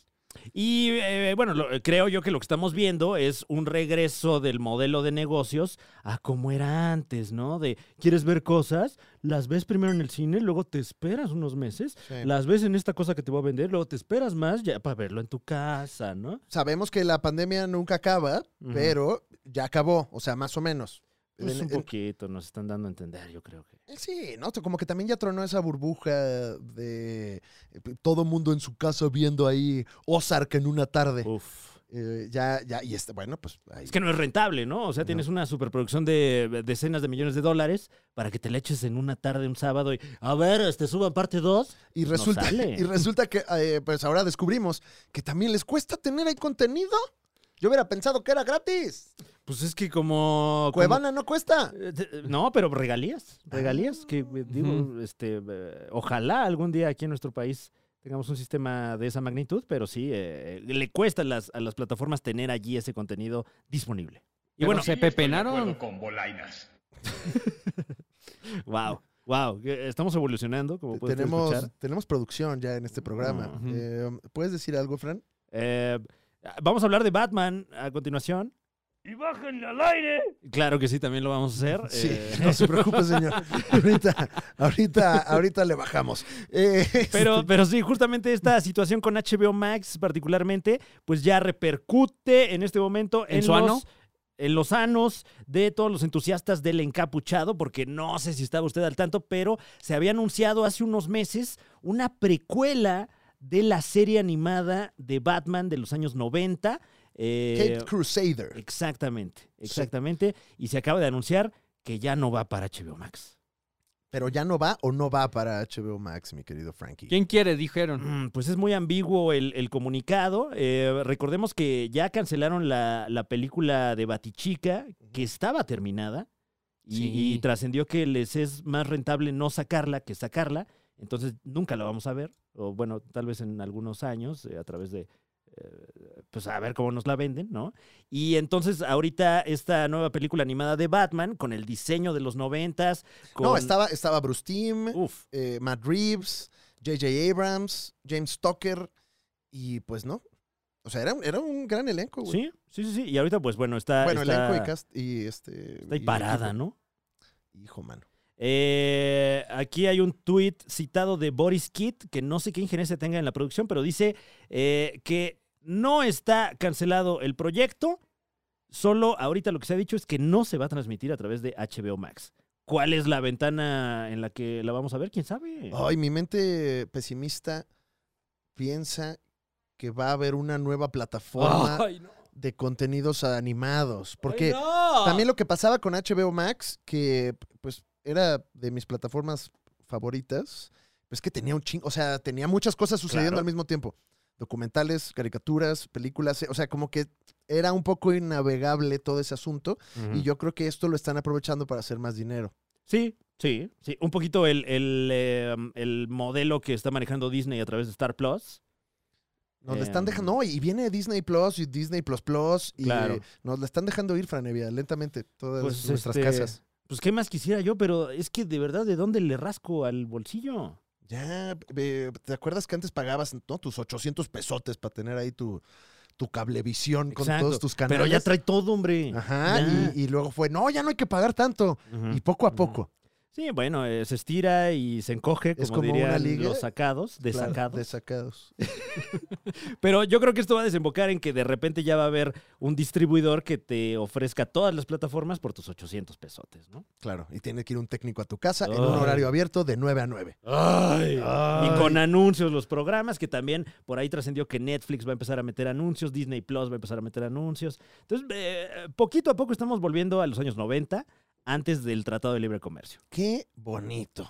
Speaker 2: Y eh, bueno, lo- creo yo que lo que estamos viendo es un regreso del modelo de negocios a como era antes, ¿no? De quieres ver cosas, las ves primero en el cine, luego te esperas unos meses, las ves en esta cosa que te voy a vender, luego te esperas más ya para verlo en tu casa, ¿no?
Speaker 4: sabemos que la pandemia nunca acaba,
Speaker 2: Ujú.
Speaker 4: pero ya acabó, o sea, más o menos.
Speaker 2: Pues
Speaker 4: En-
Speaker 2: un
Speaker 4: en-
Speaker 2: poquito, nos están dando a entender, yo creo que.
Speaker 4: sí, ¿no? Como que también ya tronó esa burbuja
Speaker 2: Oh.
Speaker 4: de eh, todo mundo en su casa viendo ahí Ozark en una tarde.
Speaker 2: Uf.
Speaker 4: Eh, ya, ya, y este, bueno, pues ahí.
Speaker 2: Es que no es rentable, ¿no? O sea,
Speaker 4: No.
Speaker 2: tienes una superproducción de decenas de millones de dólares para que te la eches en una tarde, un sábado y, a ver, este, suban parte 2.
Speaker 4: y
Speaker 2: no
Speaker 4: resulta,
Speaker 2: sale.
Speaker 4: [laughs] y resulta que eh, pues ahora descubrimos que también les cuesta tener ahí contenido. Yo hubiera pensado que era gratis.
Speaker 2: Pues es que como... como-
Speaker 4: Cuevana no cuesta.
Speaker 2: Eh, te- No, pero regalías, regalías, que eh, digo,
Speaker 3: Ujú.
Speaker 2: este, eh, ojalá algún día aquí en nuestro país tengamos un sistema de esa magnitud, pero sí, eh, le cuesta a las, a las plataformas tener allí ese contenido disponible. Y
Speaker 3: Pero
Speaker 2: bueno,
Speaker 3: se
Speaker 5: Estoy de
Speaker 3: pepenaron.
Speaker 5: acuerdo con Bolainas.
Speaker 2: wow, wow, eh, estamos evolucionando, como puedes
Speaker 4: Tenemos,
Speaker 2: escuchar. Ah,
Speaker 4: tenemos producción ya en este programa.
Speaker 2: Ujú.
Speaker 4: Eh, ¿Puedes decir algo, Fran?
Speaker 2: Eh, vamos a hablar de Batman a continuación.
Speaker 5: Y bájenle al aire.
Speaker 2: Claro que sí, también lo vamos a hacer.
Speaker 4: Sí,
Speaker 2: eh,
Speaker 4: no se preocupe,
Speaker 2: [laughs]
Speaker 4: señor. ahorita, ahorita, ahorita le bajamos. Eh,
Speaker 2: Pero, pero sí, justamente esta situación con HBO Max particularmente, pues ya repercute en este momento en,
Speaker 3: ¿En su
Speaker 2: los,
Speaker 3: ano?
Speaker 2: en los anos de todos los entusiastas del encapuchado, porque no sé si estaba usted al tanto, pero se había anunciado hace unos meses una precuela de la serie animada de Batman de los años 90. eh,
Speaker 4: Kate Crusader.
Speaker 2: exactamente, exactamente. Y se acaba de anunciar que ya no va para HBO Max.
Speaker 4: Pero ya no va o no va para HBO Max, mi querido Frankie.
Speaker 3: ¿Quién quiere? Dijeron.
Speaker 2: Mm, Pues es muy ambiguo el, el comunicado. Eh, recordemos que ya cancelaron la, la película de Batichica, que estaba terminada, y,
Speaker 3: Sí.
Speaker 2: y trascendió que les es más rentable no sacarla que sacarla. Entonces nunca la vamos a ver, o bueno, tal vez en algunos años, eh, a través de, eh, pues a ver cómo nos la venden, ¿no? Y entonces ahorita esta nueva película animada de Batman, con el diseño de los noventas, con...
Speaker 4: No, estaba, estaba Bruce Timm,
Speaker 2: Uf,
Speaker 4: eh, Matt Reeves, J.J. Abrams, James Tucker, y pues no. O sea, era, un- era un gran elenco, güey.
Speaker 2: sí, sí, sí, sí. Y ahorita pues bueno, está...
Speaker 4: Bueno,
Speaker 2: está-
Speaker 4: elenco y cast y este.
Speaker 2: Está ahí
Speaker 4: y
Speaker 2: parada,
Speaker 4: equipo.
Speaker 2: ¿no?
Speaker 4: Hijo, mano.
Speaker 2: Eh, aquí hay un tuit citado de Boris Kitt, que no sé qué injerencia tenga en la producción, pero dice eh, que no está cancelado el proyecto, solo ahorita lo que se ha dicho es que no se va a transmitir a través de HBO Max. ¿Cuál es la ventana en la que la vamos a ver? ¿Quién sabe?
Speaker 4: Ay, mi mente pesimista piensa que va a haber una nueva plataforma
Speaker 3: [laughs] Ay, no.
Speaker 4: de contenidos animados. Porque
Speaker 3: Ay, no.
Speaker 4: también lo que pasaba con HBO Max, que pues era de mis plataformas favoritas, pues que tenía un chingo, o sea, tenía muchas cosas sucediendo
Speaker 2: Claro.
Speaker 4: al mismo tiempo. Documentales, caricaturas, películas, eh, o sea, como que era un poco innavegable todo ese asunto
Speaker 2: Ujú.
Speaker 4: y yo creo que esto lo están aprovechando para hacer más dinero.
Speaker 2: Sí, sí, sí. Un poquito el, el, eh, el modelo que está manejando Disney a través de Star Plus.
Speaker 4: Nos
Speaker 2: Eh,
Speaker 4: la están dejando, no, y viene Disney Plus y Disney Plus Plus y
Speaker 2: Claro.
Speaker 4: eh, nos la están dejando ir, Franevia, lentamente, todas
Speaker 2: Pues,
Speaker 4: nuestras
Speaker 2: este,
Speaker 4: casas.
Speaker 2: Pues qué más quisiera yo, pero es que de verdad, ¿de dónde le rasco al bolsillo?
Speaker 4: Ya, eh, ¿te acuerdas que antes pagabas ¿no? tus 800 pesotes para tener ahí tu, tu cablevisión con
Speaker 2: Exacto,
Speaker 4: todos tus canales?
Speaker 2: Pero ya trae todo, hombre.
Speaker 4: Ajá,
Speaker 2: Ya.
Speaker 4: y, y luego fue, no, ya no hay que pagar tanto.
Speaker 2: Ujú.
Speaker 4: Y poco a
Speaker 2: Ujú.
Speaker 4: poco,
Speaker 2: Sí, bueno, eh, se estira y se encoge, como,
Speaker 4: Es como una
Speaker 2: dirían
Speaker 4: liga.
Speaker 2: los sacados,
Speaker 4: claro,
Speaker 2: desacados.
Speaker 4: desacados. [laughs]
Speaker 2: Pero yo creo que esto va a desembocar en que de repente ya va a haber un distribuidor que te ofrezca todas las plataformas por tus 800 pesotes, ¿no?
Speaker 4: Claro, y tiene que ir un técnico a tu casa en
Speaker 2: Ay.
Speaker 4: un horario abierto de 9 a 9.
Speaker 2: Y con anuncios los programas, que también por ahí trascendió que Netflix va a empezar a meter anuncios, Disney Plus va a empezar a meter anuncios. Entonces, eh, poquito a poco estamos volviendo a los años 90, antes del Tratado de Libre Comercio.
Speaker 4: Qué bonito.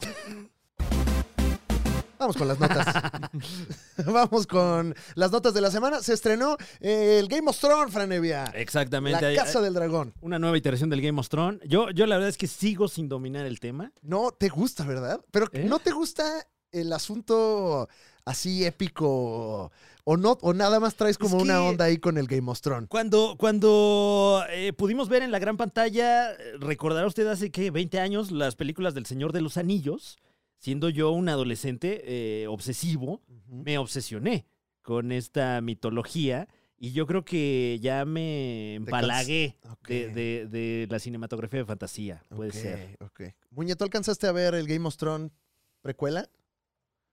Speaker 4: Vamos con las notas. [laughs] Vamos con las notas de la semana. Se estrenó eh, el Game of Thrones, Franevia. La
Speaker 2: Exactamente.
Speaker 4: Casa del Dragón.
Speaker 2: Una nueva iteración del Game of Thrones. Yo, yo la verdad es que sigo sin dominar el tema.
Speaker 4: No te gusta, ¿verdad? Pero
Speaker 2: ¿Eh?
Speaker 4: no te gusta el asunto así épico o no o nada más traes como
Speaker 2: Es
Speaker 4: una
Speaker 2: que-
Speaker 4: onda ahí con el Game of Thrones.
Speaker 2: Cuando, cuando eh, pudimos ver en la gran pantalla, eh, recordará usted hace que 20 años las películas del Señor de los Anillos, siendo yo un adolescente eh, obsesivo, me obsesioné con esta mitología y yo creo que ya me
Speaker 4: Te cans-
Speaker 2: empalagué
Speaker 4: Ok.
Speaker 2: de, de- de la cinematografía de fantasía, puede
Speaker 4: Ok,
Speaker 2: ser.
Speaker 4: ok. Muñe, ¿tú alcanzaste a ver el Game of Thrones precuela?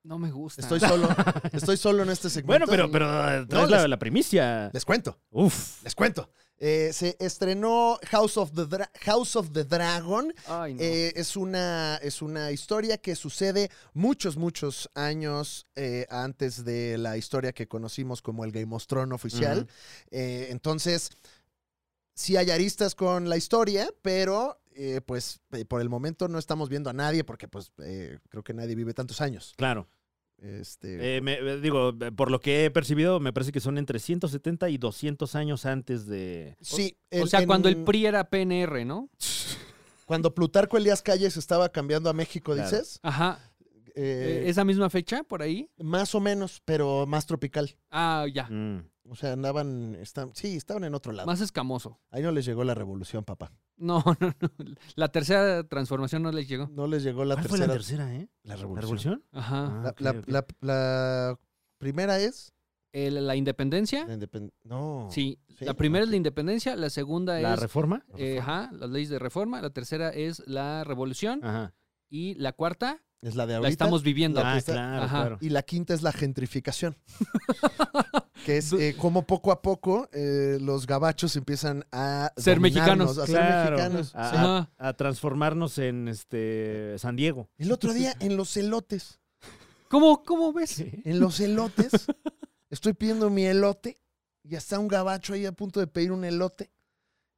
Speaker 3: No me gusta.
Speaker 4: Estoy solo,
Speaker 2: [laughs]
Speaker 4: estoy solo en este segmento.
Speaker 2: Bueno, pero, pero eh, traes
Speaker 4: les-
Speaker 2: la, la primicia.
Speaker 4: Les cuento,
Speaker 2: Uf.
Speaker 4: les cuento. Eh, se estrenó House of the, Dra- House of the Dragon.
Speaker 3: Ay, no.
Speaker 4: Eh, es, una, es una historia que sucede muchos, muchos años eh, antes de la historia que conocimos como el Game of Thrones oficial. Eh, entonces, sí hay aristas con la historia, pero eh, pues eh, por el momento no estamos viendo a nadie porque pues eh, creo que nadie vive tantos años.
Speaker 2: Claro.
Speaker 4: Este,
Speaker 2: Eh, me- eh, digo, eh, por lo que he percibido, me parece que son entre 170 y 200 años
Speaker 4: [laughs]
Speaker 2: antes de...
Speaker 4: sí,
Speaker 3: o
Speaker 4: en-
Speaker 3: sea, cuando el
Speaker 4: en-
Speaker 3: PRI era PNR, ¿no?
Speaker 4: Cuando Plutarco Elías Calles estaba cambiando a México,
Speaker 2: Claro.
Speaker 4: dices,
Speaker 3: Ajá.
Speaker 4: Eh,
Speaker 3: ¿Esa misma fecha por ahí?
Speaker 4: más o menos, pero más tropical.
Speaker 3: Ah, ya.
Speaker 2: Mm.
Speaker 4: O sea, andaban, estaban, sí, estaban en otro lado.
Speaker 3: Más escamoso. [laughs]
Speaker 4: Ahí no les llegó la revolución, papá.
Speaker 3: No, no, no. La tercera transformación no les llegó.
Speaker 4: No les llegó la
Speaker 2: ¿Cuál fue
Speaker 4: tercera.
Speaker 2: la tercera, eh?
Speaker 4: la
Speaker 2: ¿La
Speaker 4: revolución.
Speaker 2: revolución?
Speaker 3: Ajá.
Speaker 4: La,
Speaker 2: Ah, ok,
Speaker 4: la-
Speaker 2: ok.
Speaker 4: la- la primera es
Speaker 3: El- ¿La independencia?
Speaker 4: la independ- No.
Speaker 3: Sí.
Speaker 4: Sí,
Speaker 3: La primera es
Speaker 4: ok.
Speaker 3: la independencia, la segunda
Speaker 2: ¿La
Speaker 3: es...
Speaker 2: reforma? Ah.
Speaker 3: eh, ajá, las leyes de reforma. La tercera es la revolución.
Speaker 2: Eh, Ajá.
Speaker 3: Y la cuarta
Speaker 4: Es la de ahorita.
Speaker 3: la estamos viviendo.
Speaker 2: Ah,
Speaker 4: que está-
Speaker 2: claro,
Speaker 3: Ajá.
Speaker 2: claro.
Speaker 4: Y la quinta es la
Speaker 2: [laughs]
Speaker 4: gentrificación. que es eh, como poco a poco eh, los gabachos empiezan a
Speaker 3: Ser
Speaker 4: dominarnos,
Speaker 3: mexicanos.
Speaker 4: a ser
Speaker 2: Claro.
Speaker 4: mexicanos.
Speaker 2: Ah,
Speaker 4: Sí.
Speaker 3: Ajá.
Speaker 2: A transformarnos en este San Diego.
Speaker 4: El otro día en los elotes.
Speaker 3: ¿Cómo, ¿Cómo ves?
Speaker 4: En los elotes.
Speaker 2: [laughs]
Speaker 4: estoy pidiendo mi elote y está un gabacho ahí a punto de pedir un elote.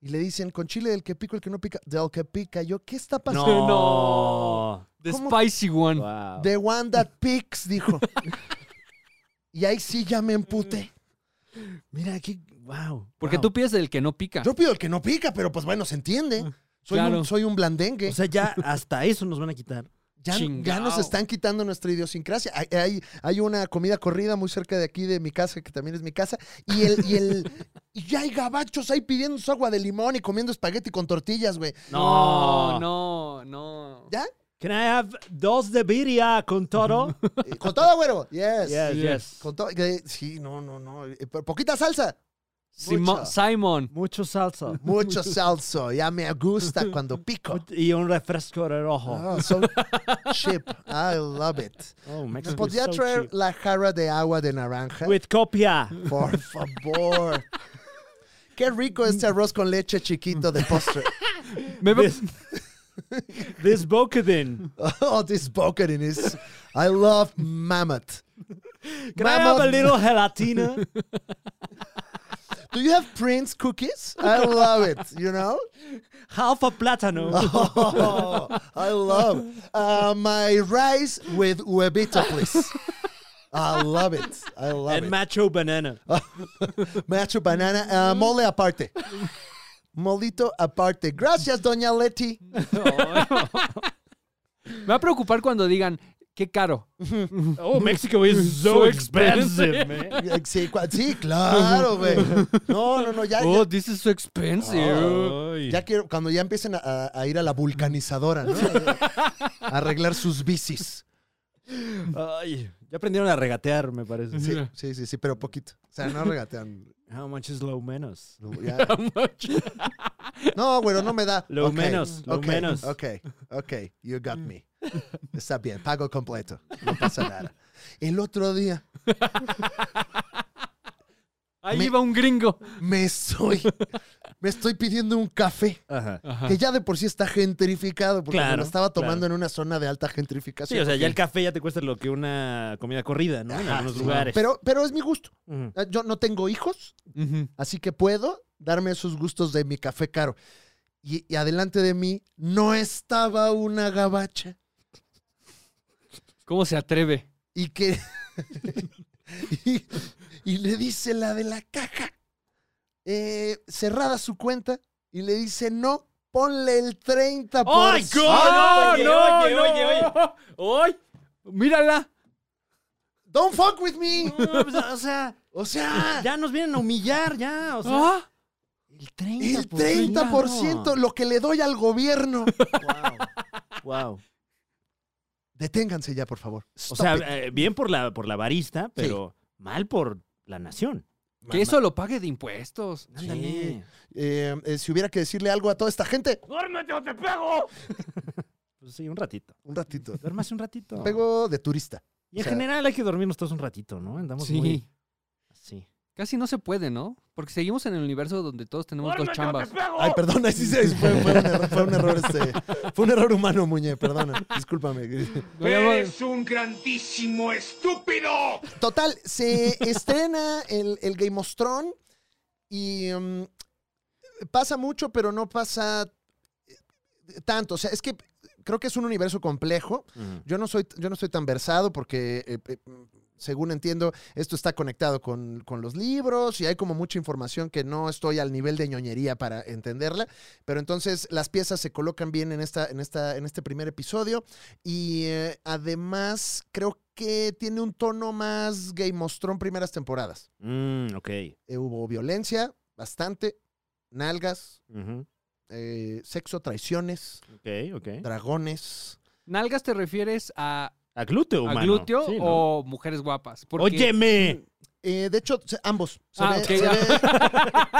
Speaker 4: Y le dicen, con chile del que pico, el que no pica, del que pica. Yo, ¿qué está pasando?
Speaker 2: No.
Speaker 3: The
Speaker 4: ¿Cómo?
Speaker 3: Spicy One.
Speaker 2: Wow.
Speaker 4: The one that picks, dijo. y ahí sí ya me emputé.
Speaker 2: Mira aquí, wow.
Speaker 3: Porque
Speaker 2: wow.
Speaker 3: tú pides el que no pica.
Speaker 4: Yo pido el que no pica, pero pues bueno, se entiende. Soy,
Speaker 3: Claro.
Speaker 4: un, soy un blandengue.
Speaker 2: O sea, ya hasta eso nos van a quitar.
Speaker 4: ya, ya
Speaker 3: chingao.
Speaker 4: nos están quitando nuestra idiosincrasia. Hay, hay, hay una comida corrida muy cerca de aquí, de mi casa, que también es mi casa. Y el, y el y ya hay gabachos ahí pidiendo su agua de limón y comiendo espagueti con tortillas, güey.
Speaker 3: No, no, no.
Speaker 4: Ya,
Speaker 2: Can I have dos de birria con toro?
Speaker 4: Eh, Con todo, güero. [laughs] Yes.
Speaker 2: yes, yes.
Speaker 4: Con todo. eh, Sí, no, no, no. Eh, po- Poquita salsa.
Speaker 3: Simo-
Speaker 4: Mucha.
Speaker 3: Simon.
Speaker 2: Mucho salsa.
Speaker 4: Mucho salsa. Ya me gusta
Speaker 2: [laughs]
Speaker 4: cuando pico.
Speaker 2: Y un refresco de rojo.
Speaker 4: Ah, so cheap. I love it.
Speaker 2: Oh,
Speaker 4: ¿Me
Speaker 2: Mexico
Speaker 4: podría
Speaker 2: is so
Speaker 4: traer
Speaker 2: cheap.
Speaker 4: la jarra de agua de naranja?
Speaker 2: With copia. [laughs]
Speaker 4: Por favor. Qué rico este arroz con leche chiquito de postre. [laughs]
Speaker 3: Me-
Speaker 2: This, [laughs] this Bokedin.
Speaker 4: Oh, this bucketing is. I love mammoth.
Speaker 2: Can I have a
Speaker 4: Mammoth-
Speaker 2: little gelatina?
Speaker 4: Do you have Prince cookies? I love it, you know?
Speaker 2: [laughs] Half a plátano.
Speaker 4: Oh, I love. Uh, my rice with huevito, please. I love it. I love
Speaker 2: and
Speaker 4: it.
Speaker 2: macho banana.
Speaker 4: Macho banana, uh, mole aparte. Molito aparte. Gracias, doña Leti.
Speaker 3: Me va a preocupar cuando digan, qué caro.
Speaker 2: Oh, Mexico is
Speaker 3: so expensive,
Speaker 2: man. [laughs]
Speaker 4: Eh, Sí, cua- sí, claro, güey. No, no, no, ya, ya,
Speaker 3: Oh, this is so
Speaker 2: Ah,
Speaker 3: expensive. Oh,
Speaker 2: uh,
Speaker 4: Ya quiero, cuando ya empiecen a, a- a ir a la vulcanizadora, ¿no? A arreglar sus bicis.
Speaker 2: Ay, ya aprendieron a regatear, me parece.
Speaker 4: Sí, sí, sí, sí, pero poquito. O sea, no regatean.
Speaker 2: How much is lo menos?
Speaker 4: Ya. No, güero, no me da.
Speaker 2: Lo
Speaker 4: Ok,
Speaker 2: menos, lo
Speaker 4: ok,
Speaker 2: menos.
Speaker 4: Ok, ok, you got me. Está bien, pago completo. No pasa nada. El otro día
Speaker 3: Ahí
Speaker 4: Me-
Speaker 3: iba un gringo.
Speaker 4: me estoy, me estoy pidiendo un café
Speaker 2: Ajá.
Speaker 3: Ajá.
Speaker 4: que ya de por sí está gentrificado porque me
Speaker 2: Ah. Claro,
Speaker 4: lo estaba tomando
Speaker 2: claro.
Speaker 4: en una zona de alta gentrificación.
Speaker 2: Sí, o sea, ya el
Speaker 4: Ok.
Speaker 2: café ya te cuesta lo que una comida corrida, ¿no? En
Speaker 4: Ajá,
Speaker 2: algunos
Speaker 4: sí.
Speaker 2: lugares.
Speaker 4: Pero, pero es mi gusto.
Speaker 2: Ujú.
Speaker 4: Eh, Yo no tengo hijos,
Speaker 3: Ujú.
Speaker 4: Así que puedo darme esos gustos de mi café caro. Y, y adelante de mí no estaba una gabacha.
Speaker 3: ¿Cómo se atreve?
Speaker 4: Y que. [laughs] y, y le dice la de la caja. eh, cerrada su cuenta. Y le dice: No, ponle el 30%.
Speaker 2: ¡Ay, God!
Speaker 3: Oye,
Speaker 2: Ah, no,
Speaker 3: Ah, oye,
Speaker 2: no.
Speaker 3: oye, oye. ¡Ay! ¡Mírala!
Speaker 4: ¡Don't fuck with me!
Speaker 2: No, pues, o sea,
Speaker 4: O sea,
Speaker 2: ya nos vienen a humillar, ya. O sea,
Speaker 3: ¡Ah!
Speaker 2: el 30%.
Speaker 4: el 30%, lo que le doy al gobierno.
Speaker 2: Wow.
Speaker 4: [laughs] Deténganse ya, por favor.
Speaker 2: O
Speaker 4: Stop
Speaker 2: sea,
Speaker 4: it.
Speaker 2: eh, bien por la, por la barista, pero mal por la nación.
Speaker 3: Que eso lo pague de impuestos.
Speaker 2: Ándale.
Speaker 4: Eh, eh, si hubiera que decirle algo a toda esta gente,
Speaker 5: ¡Duérmete o te pego!
Speaker 2: Pues sí,
Speaker 4: [laughs]
Speaker 2: un ratito.
Speaker 4: un ratito.
Speaker 2: Duérmase un ratito.
Speaker 4: Pego de turista.
Speaker 2: Y en
Speaker 4: o sea-
Speaker 2: general hay que dormirnos todos un ratito, ¿no? Andamos
Speaker 3: Sí.
Speaker 2: muy... Sí.
Speaker 3: Casi no se puede, ¿no? Porque seguimos en el universo donde todos tenemos dos
Speaker 5: ¡Órale, yo
Speaker 3: chambas.
Speaker 5: te pego!
Speaker 4: Ay, perdón, ahí sí se- fue, fue un error, fue un error, este, fue un error humano, Muñe, perdona, discúlpame.
Speaker 3: No, ya voy.
Speaker 5: ¡Eres un grandísimo estúpido!
Speaker 4: Total, se [laughs] estrena el, el Game of Thrones y mm, pasa mucho, pero no pasa eh, tanto. O sea, es que creo que es un universo complejo.
Speaker 2: Mm,
Speaker 4: Yo no soy, yo no estoy tan versado porque, eh, eh, según entiendo, esto está conectado con, con los libros y hay como mucha información que no estoy al nivel de ñoñería para entenderla. Pero entonces las piezas se colocan bien en, esta, en, esta, en este primer episodio y eh, además creo que tiene un tono más Game of Thrones primeras temporadas.
Speaker 2: Mm, ok.
Speaker 4: Eh, hubo violencia, bastante, nalgas,
Speaker 2: Ujú.
Speaker 4: eh, sexo, traiciones,
Speaker 2: Ok, ok.
Speaker 4: dragones.
Speaker 3: ¿Nalgas te refieres a,
Speaker 2: A glúteo,
Speaker 3: a
Speaker 2: humano.
Speaker 3: glúteo
Speaker 2: Sí, ¿no?
Speaker 3: o mujeres guapas? Porque-
Speaker 2: ¡Óyeme!
Speaker 4: Eh, de hecho, se- ambos. Se,
Speaker 3: Ah,
Speaker 4: ve,
Speaker 3: ok,
Speaker 4: se
Speaker 3: ya.
Speaker 4: ve-
Speaker 3: [laughs]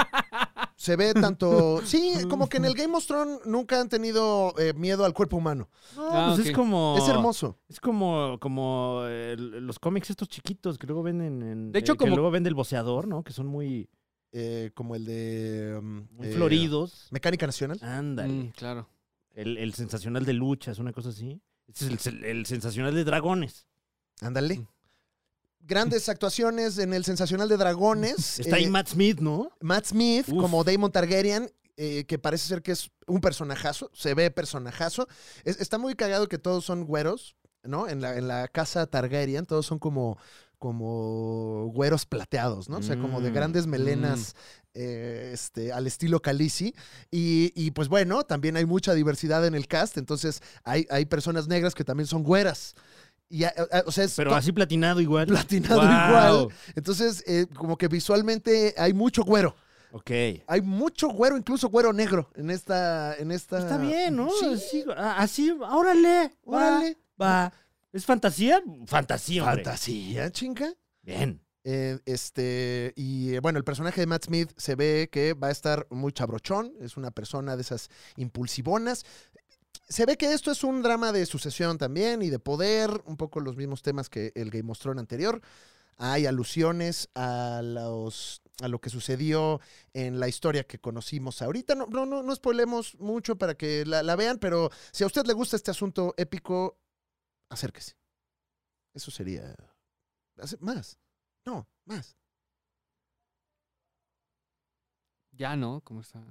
Speaker 4: se ve tanto. Sí, como que en el Game of Thrones nunca han tenido eh, miedo al cuerpo humano.
Speaker 2: No,
Speaker 3: Ah,
Speaker 2: pues
Speaker 3: ok.
Speaker 2: es como.
Speaker 4: Es hermoso.
Speaker 2: Es como, como eh, los cómics estos chiquitos que luego venden en.
Speaker 3: De hecho,
Speaker 2: eh, que
Speaker 3: como-
Speaker 2: luego vende el boceador, ¿no? Que son muy,
Speaker 4: Eh, como el de. mm,
Speaker 2: muy
Speaker 4: eh,
Speaker 2: floridos.
Speaker 4: Mecánica Nacional.
Speaker 2: Ándale.
Speaker 3: Mm, claro.
Speaker 2: El, el sensacional de luchas, una cosa así. Este es el, el sensacional de dragones.
Speaker 4: Ándale.
Speaker 3: Mm.
Speaker 4: Grandes actuaciones en el sensacional de
Speaker 3: [laughs]
Speaker 4: dragones.
Speaker 2: Está
Speaker 4: Eh,
Speaker 2: ahí Matt Smith, ¿no?
Speaker 4: Matt Smith
Speaker 2: Uf.
Speaker 4: como Damon Targaryen, eh, que parece ser que es un personajazo, se ve personajazo. Es- está muy cagado que todos son güeros, ¿no? En la, en la casa Targaryen, todos son como, como güeros plateados, ¿no? O sea, como de
Speaker 2: Mm,
Speaker 4: grandes melenas. eh, este, al estilo Khaleesi y, y, pues bueno, también hay mucha diversidad en el cast, entonces hay, hay personas negras que también son güeras y, a- a- o sea, es
Speaker 2: Pero
Speaker 4: to-
Speaker 2: así platinado igual.
Speaker 4: platinado
Speaker 2: Guau.
Speaker 4: igual entonces eh, como que visualmente hay mucho güero
Speaker 2: Ok.
Speaker 4: hay mucho güero, incluso güero negro en esta. En esta...
Speaker 2: Está bien, ¿no?
Speaker 4: Sí.
Speaker 2: Así, a- así, órale. va,
Speaker 4: Órale.
Speaker 2: Va. ¿Es fantasía? Fantasía, hombre.
Speaker 4: Fantasía, chinga.
Speaker 2: Bien.
Speaker 4: Eh, este, y eh, bueno, el personaje de Matt Smith se ve que va a estar muy chabrochón. Es una persona de esas impulsivonas. Se ve que esto es un drama de sucesión también y de poder, un poco los mismos temas que el Game of Thrones anterior. Hay alusiones a los a lo que sucedió en la historia que conocimos ahorita. No, no, no, no spoilemos mucho para que la, la vean, pero si a usted le gusta este asunto épico, acérquese. Eso sería. hace- Más. No, más.
Speaker 3: Ya, ¿no? ¿Cómo está?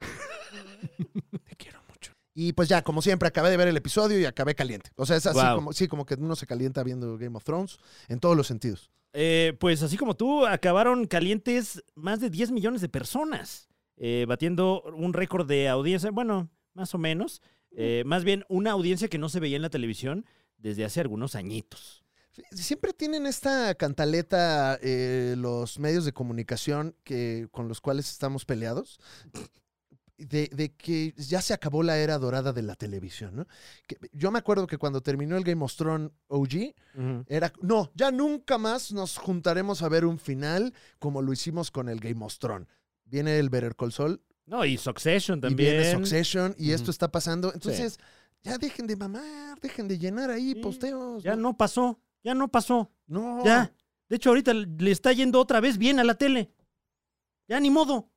Speaker 4: Te quiero mucho. Y pues ya, como siempre, acabé de ver el episodio y acabé caliente. O sea, es así
Speaker 2: Guau.
Speaker 4: como, sí, como que uno se calienta viendo Game of Thrones en todos los sentidos.
Speaker 2: Eh, pues así como tú, acabaron calientes más de 10 millones de personas, eh, batiendo un récord de audiencia, bueno, más o menos, eh, más bien una audiencia que no se veía en la televisión desde hace algunos añitos.
Speaker 4: Siempre tienen esta cantaleta eh, los medios de comunicación que, con los cuales estamos peleados. De, de que ya se acabó la era dorada de la televisión, ¿no? Que- yo me acuerdo que cuando terminó el Game of Thrones OG, era, no, ya nunca más nos juntaremos a ver un final como lo hicimos con el Game of Thrones. Viene el Better Call Saul
Speaker 2: No, y Succession también.
Speaker 4: y viene Succession y
Speaker 3: Ujú.
Speaker 4: esto está pasando. Entonces, ya dejen de mamar, dejen de llenar ahí
Speaker 2: Sí,
Speaker 4: posteos.
Speaker 2: Ya no pasó, ya no pasó,
Speaker 4: No.
Speaker 2: ya. De hecho, ahorita le está yendo otra vez bien a la tele. Ya ni modo.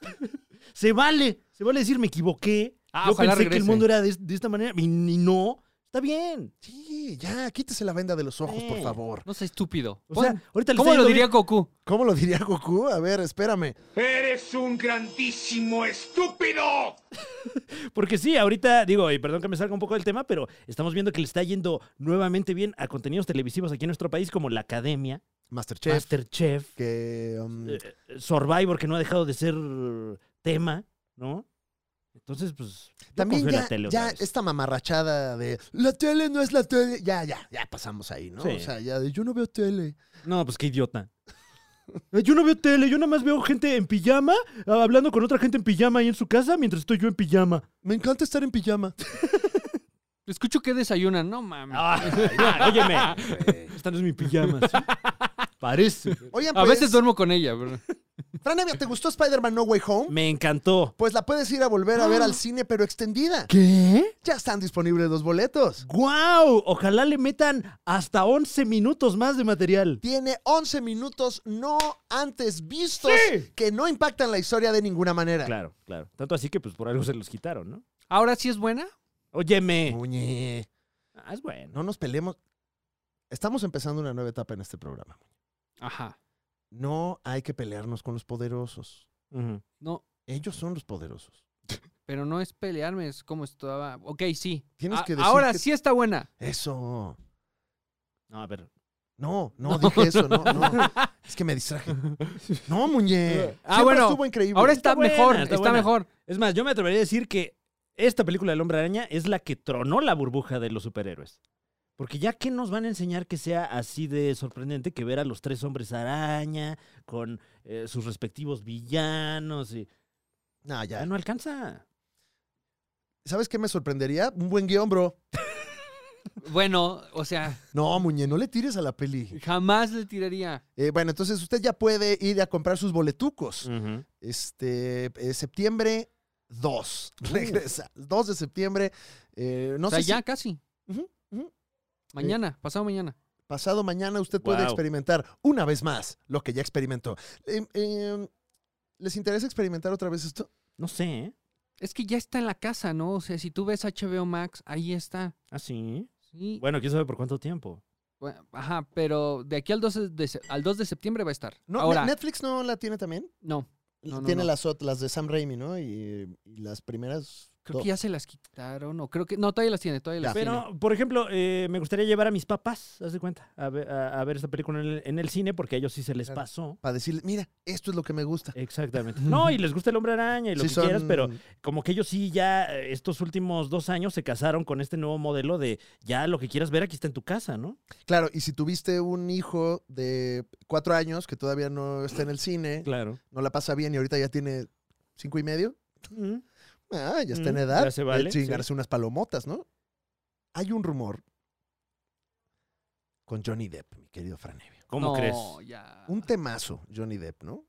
Speaker 2: [laughs] se vale, se vale decir me equivoqué.
Speaker 3: Ah,
Speaker 2: Yo
Speaker 3: ojalá
Speaker 2: pensé que el
Speaker 3: regrese.
Speaker 2: mundo era de, de esta manera y, y no. Está bien.
Speaker 4: Sí, ya, quítese la venda de los ojos, por
Speaker 2: Sí.
Speaker 4: favor.
Speaker 3: No seas estúpido.
Speaker 2: O sea, ahorita le
Speaker 3: ¿Cómo
Speaker 2: está
Speaker 3: lo
Speaker 2: yendo
Speaker 3: diría
Speaker 2: bien.
Speaker 3: Goku?
Speaker 4: ¿Cómo lo diría Goku? A ver, espérame.
Speaker 5: ¡Eres un grandísimo estúpido!
Speaker 2: Porque sí, ahorita digo, y perdón que me salga un poco del tema, pero estamos viendo que le está yendo nuevamente bien a contenidos televisivos aquí en nuestro país, como La Academia,
Speaker 4: Masterchef,
Speaker 2: Masterchef,
Speaker 4: que um,
Speaker 2: eh, Survivor, que no ha dejado de ser tema, ¿no? Entonces, pues. yo
Speaker 4: también
Speaker 2: confío en
Speaker 4: ya,
Speaker 2: la tele otra
Speaker 4: ya
Speaker 2: vez.
Speaker 4: esta mamarrachada de la tele no es la tele. Ya, ya, ya pasamos ahí, ¿no?
Speaker 2: Sí.
Speaker 4: O sea, ya de yo no veo tele.
Speaker 2: No, pues qué idiota. Eh, [laughs] Yo no veo tele, yo nada más veo gente en pijama, ah, hablando con otra gente en pijama ahí en su casa, mientras estoy yo en pijama.
Speaker 4: Me encanta estar en
Speaker 2: [laughs]
Speaker 4: pijama.
Speaker 3: Escucho que desayunan. No mames.
Speaker 2: Ah, [laughs] óyeme, esta no es mi pijama. ¿sí? Parece.
Speaker 4: Oigan,
Speaker 3: a
Speaker 4: pues,
Speaker 3: veces duermo con ella, pero... [laughs]
Speaker 4: Franevia, ¿te gustó Spider-Man No Way Home?
Speaker 2: Me encantó.
Speaker 4: Pues la puedes ir a volver
Speaker 2: Ah.
Speaker 4: a ver al cine, pero extendida.
Speaker 2: ¿Qué?
Speaker 4: Ya están disponibles los boletos.
Speaker 2: ¡Guau! Ojalá le metan hasta 11 minutos más de material.
Speaker 4: Tiene 11 minutos no antes vistos que no impactan la historia de ninguna manera.
Speaker 2: Claro, claro. Tanto así que pues por algo se los quitaron, ¿no?
Speaker 3: Ahora sí es buena.
Speaker 2: Óyeme.
Speaker 4: Muñe,
Speaker 2: Ah, es bueno.
Speaker 4: no nos peleemos. Estamos empezando una nueva etapa en este programa.
Speaker 3: Ajá.
Speaker 4: No hay que pelearnos con los poderosos.
Speaker 2: Ujú.
Speaker 3: No,
Speaker 4: Ellos son los poderosos.
Speaker 3: pero no es pelearme, es como estaba. Ok, sí.
Speaker 4: Tienes
Speaker 3: A-
Speaker 4: que decir
Speaker 3: Ah, ahora
Speaker 4: que-
Speaker 3: sí está buena.
Speaker 4: Eso.
Speaker 2: No, a ver.
Speaker 4: No, no, dije eso, no, no. Es que me distraje. No, Muñe.
Speaker 3: Ah,
Speaker 4: Siempre
Speaker 3: bueno,
Speaker 4: Estuvo increíble.
Speaker 3: Ahora
Speaker 2: Está
Speaker 3: está,
Speaker 2: buena,
Speaker 3: mejor,
Speaker 2: está
Speaker 3: está,
Speaker 2: buena.
Speaker 3: mejor.
Speaker 2: Es más, yo me atrevería a decir que esta película del Hombre Araña es la que tronó la burbuja de los superhéroes. Porque ya que nos van a enseñar que sea así de sorprendente que ver a los tres hombres araña con eh, sus respectivos villanos y...
Speaker 4: No, ya.
Speaker 2: Ya no alcanza.
Speaker 4: ¿Sabes qué me sorprendería? Un buen guión, bro.
Speaker 3: Bueno, o sea,
Speaker 4: No, Muñe, no le tires a la peli.
Speaker 3: jamás le tiraría.
Speaker 4: Eh, bueno, entonces usted ya puede ir a comprar sus
Speaker 3: Mm.
Speaker 4: boletucos. Este, eh, septiembre 2. Regresa. 2 de septiembre. Eh, no
Speaker 3: Uh. o sea,
Speaker 4: sé si
Speaker 3: ya casi.
Speaker 4: Ujú, ujú.
Speaker 3: Mañana, pasado mañana.
Speaker 4: pasado mañana usted puede
Speaker 2: Guau.
Speaker 4: experimentar una vez más lo que ya experimentó. Eh, eh, ¿Les interesa experimentar otra vez esto?
Speaker 2: No sé, ¿eh?
Speaker 3: Es que ya está en la casa, ¿no? O sea, si tú ves HBO Max, ahí está.
Speaker 2: Así.
Speaker 3: Sí.
Speaker 2: Ah, Bueno, quién sabe por cuánto tiempo.
Speaker 3: Bueno, Ajá, pero de aquí al 12 de se- al 2 de septiembre va a estar.
Speaker 4: No,
Speaker 3: Ahora,
Speaker 4: Ne- ¿Netflix no la tiene también?
Speaker 3: no. No, no,
Speaker 4: tiene
Speaker 3: no.
Speaker 4: Las, ot- las de Sam Raimi, ¿no? Y, y las primeras.
Speaker 3: Creo
Speaker 4: do-
Speaker 3: que ya se las quitaron. O creo que. No, todavía las tiene,
Speaker 4: Ah,
Speaker 3: todavía las tiene.
Speaker 2: Pero, por ejemplo, eh, me gustaría llevar a mis papás, haz de cuenta, a ver, a- a ver esta película en el, en el cine porque a ellos sí se les
Speaker 4: Claro. [laughs]
Speaker 2: pasó.
Speaker 4: Para decirle, mira, esto es lo que me gusta.
Speaker 2: Exactamente. No, y les gusta el hombre
Speaker 3: Eh,
Speaker 2: araña y lo
Speaker 4: Sí
Speaker 2: que quieras,
Speaker 4: son-
Speaker 2: pero como que ellos sí ya eh, estos últimos dos años se casaron con este nuevo modelo de ya lo que quieras ver aquí está en tu casa, ¿no?
Speaker 4: Claro, y si tuviste un hijo de cuatro años que todavía no está en el cine,
Speaker 2: Claro.
Speaker 4: no la pasa bien y ahorita ya tiene cinco y medio, ah, ya está en
Speaker 2: Mm,
Speaker 4: edad
Speaker 2: ya se vale,
Speaker 4: de chingarse unas palomotas, ¿no? Hay un rumor con Johnny Depp, mi querido Franevia.
Speaker 2: ¿Cómo
Speaker 3: no,
Speaker 2: crees?
Speaker 3: ya.
Speaker 4: Un
Speaker 2: Ah.
Speaker 4: temazo, Johnny Depp, ¿no?